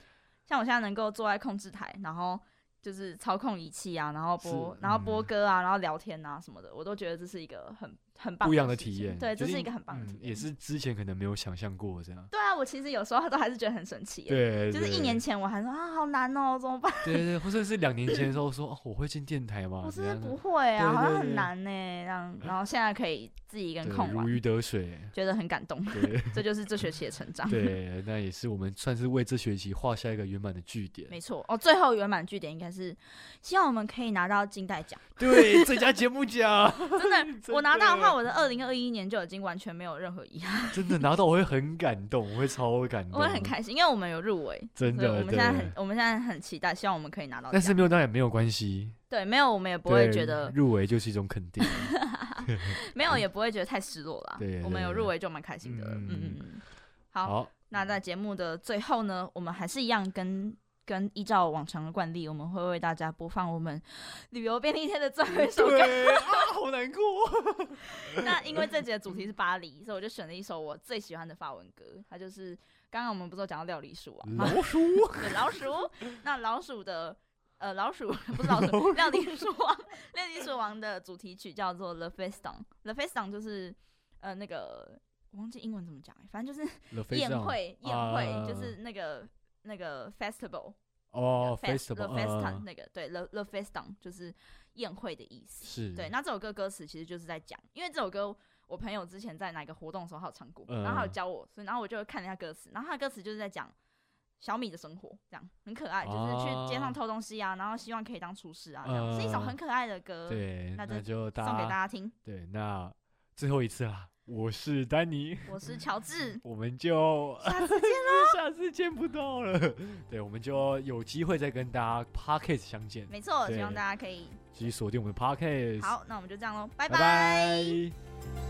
Speaker 1: 像我现在能够坐在控制台，然后就是操控仪器啊，然后播
Speaker 3: 是，
Speaker 1: 然后播歌啊，然后聊天啊什么的，我都觉得这是一个很很棒
Speaker 3: 不一样的
Speaker 1: 的事情
Speaker 3: 体验，
Speaker 1: 对，这
Speaker 3: 就是
Speaker 1: 一
Speaker 3: 你
Speaker 1: 个很棒的
Speaker 3: 嗯
Speaker 1: 体验。
Speaker 3: 也是之前可能没有想象过这样。
Speaker 1: 对啊，我其实有时候都还是觉得很神奇耶。
Speaker 3: 对
Speaker 1: 就是一
Speaker 3: 对
Speaker 1: 年前我还说啊好难哦，怎么办？
Speaker 3: 对对对，或者是两年前的时候说，哦，我会进电台吗？
Speaker 1: *laughs* 我
Speaker 3: 怎
Speaker 1: 是
Speaker 3: 样的
Speaker 1: 不会啊，
Speaker 3: 哦对
Speaker 1: 好像
Speaker 3: 对
Speaker 1: 很
Speaker 3: 对
Speaker 1: 难呢、让然后现在可以自己一个人
Speaker 3: 对
Speaker 1: 空
Speaker 3: 如
Speaker 1: 完，
Speaker 3: 鱼得水。
Speaker 1: 觉得很感动
Speaker 3: 对。
Speaker 1: 这就是这学期的成长。，
Speaker 3: 对，那也是我们算是为这学期画下一个圆满的句点。
Speaker 1: 没错。哦，最后圆满据点应该是希望我们可以拿到金带奖。
Speaker 3: 对，最佳节目奖， *laughs*
Speaker 1: 真的，我拿到的话，我的二零二一年就已经完全没有任何遗憾，
Speaker 3: 真的拿到我会很感动，我会超感
Speaker 1: 我
Speaker 3: 动，
Speaker 1: 会很开心，因为我们有入围，
Speaker 3: 真的
Speaker 1: 所以我们现在
Speaker 3: 对
Speaker 1: 很，我们现在很期待，希望我们可以拿到
Speaker 3: 但是
Speaker 1: 奖。
Speaker 3: 没有当然也没有关系，
Speaker 1: 对，没有我们也不会
Speaker 3: 对
Speaker 1: 觉得，
Speaker 3: 入围就是一种肯
Speaker 1: *laughs*
Speaker 3: 定。
Speaker 1: 没有也不会觉得太失落啦
Speaker 3: 对。
Speaker 1: 我们有
Speaker 3: 对
Speaker 1: 入围就蛮开心的了。嗯嗯嗯。好，
Speaker 3: 好，
Speaker 1: 那在节目的最后呢，我们还是一样跟。跟依照往常的惯例，我们会为大家播放我们旅游便利贴的最后一首歌。
Speaker 3: 对啊，好难过。
Speaker 1: 那因为这集的主题是巴黎，所以我就选了一首我最喜欢的法文歌，它就是刚刚我们不是有讲到料理鼠啊，
Speaker 3: 老鼠
Speaker 1: 对老鼠，那老鼠的。呃，老鼠 *laughs* 不是老鼠，料理鼠王，料理鼠王的主题曲叫做《The Feston》，《The Feston》就是呃那个我忘记英文怎么讲、欸，反正就是
Speaker 3: Le Feston
Speaker 1: 宴会，宴会、
Speaker 3: 啊
Speaker 1: 就是那个那个 festival，
Speaker 3: 哦
Speaker 1: Fest- The
Speaker 3: ，festival，
Speaker 1: Feston
Speaker 3: 嗯
Speaker 1: 那个对，The The Feston 就是宴会的意思。
Speaker 3: 是
Speaker 1: 对。那这首歌歌词其实就是在讲，因为这首歌我朋友之前在哪个活动的时候他有唱过，
Speaker 3: 嗯
Speaker 1: 然后他有教我，所以然后我就看了一下歌词，然后他的歌词就是在讲小米的生活，这样很可爱，就是去街上
Speaker 3: 啊
Speaker 1: 偷东西啊，然后希望可以当厨师啊，这样、
Speaker 3: 嗯
Speaker 1: 是一首很可爱的歌。
Speaker 3: 对，
Speaker 1: 那
Speaker 3: 那
Speaker 1: 就
Speaker 3: 就大
Speaker 1: 送给大家听。
Speaker 3: 对，那最后一次啦，我是丹尼，，
Speaker 1: 我是乔治
Speaker 3: 我们就
Speaker 1: 下次见喽，
Speaker 3: *laughs* 下次见不到了。 *laughs* 对，我们就有机会再跟大家 podcast 相见。
Speaker 1: 没错，希望
Speaker 3: 对
Speaker 1: 大家可以
Speaker 3: 继续锁定我们的 podcast。
Speaker 1: 好，，那我们就这样喽，拜
Speaker 3: 拜拜。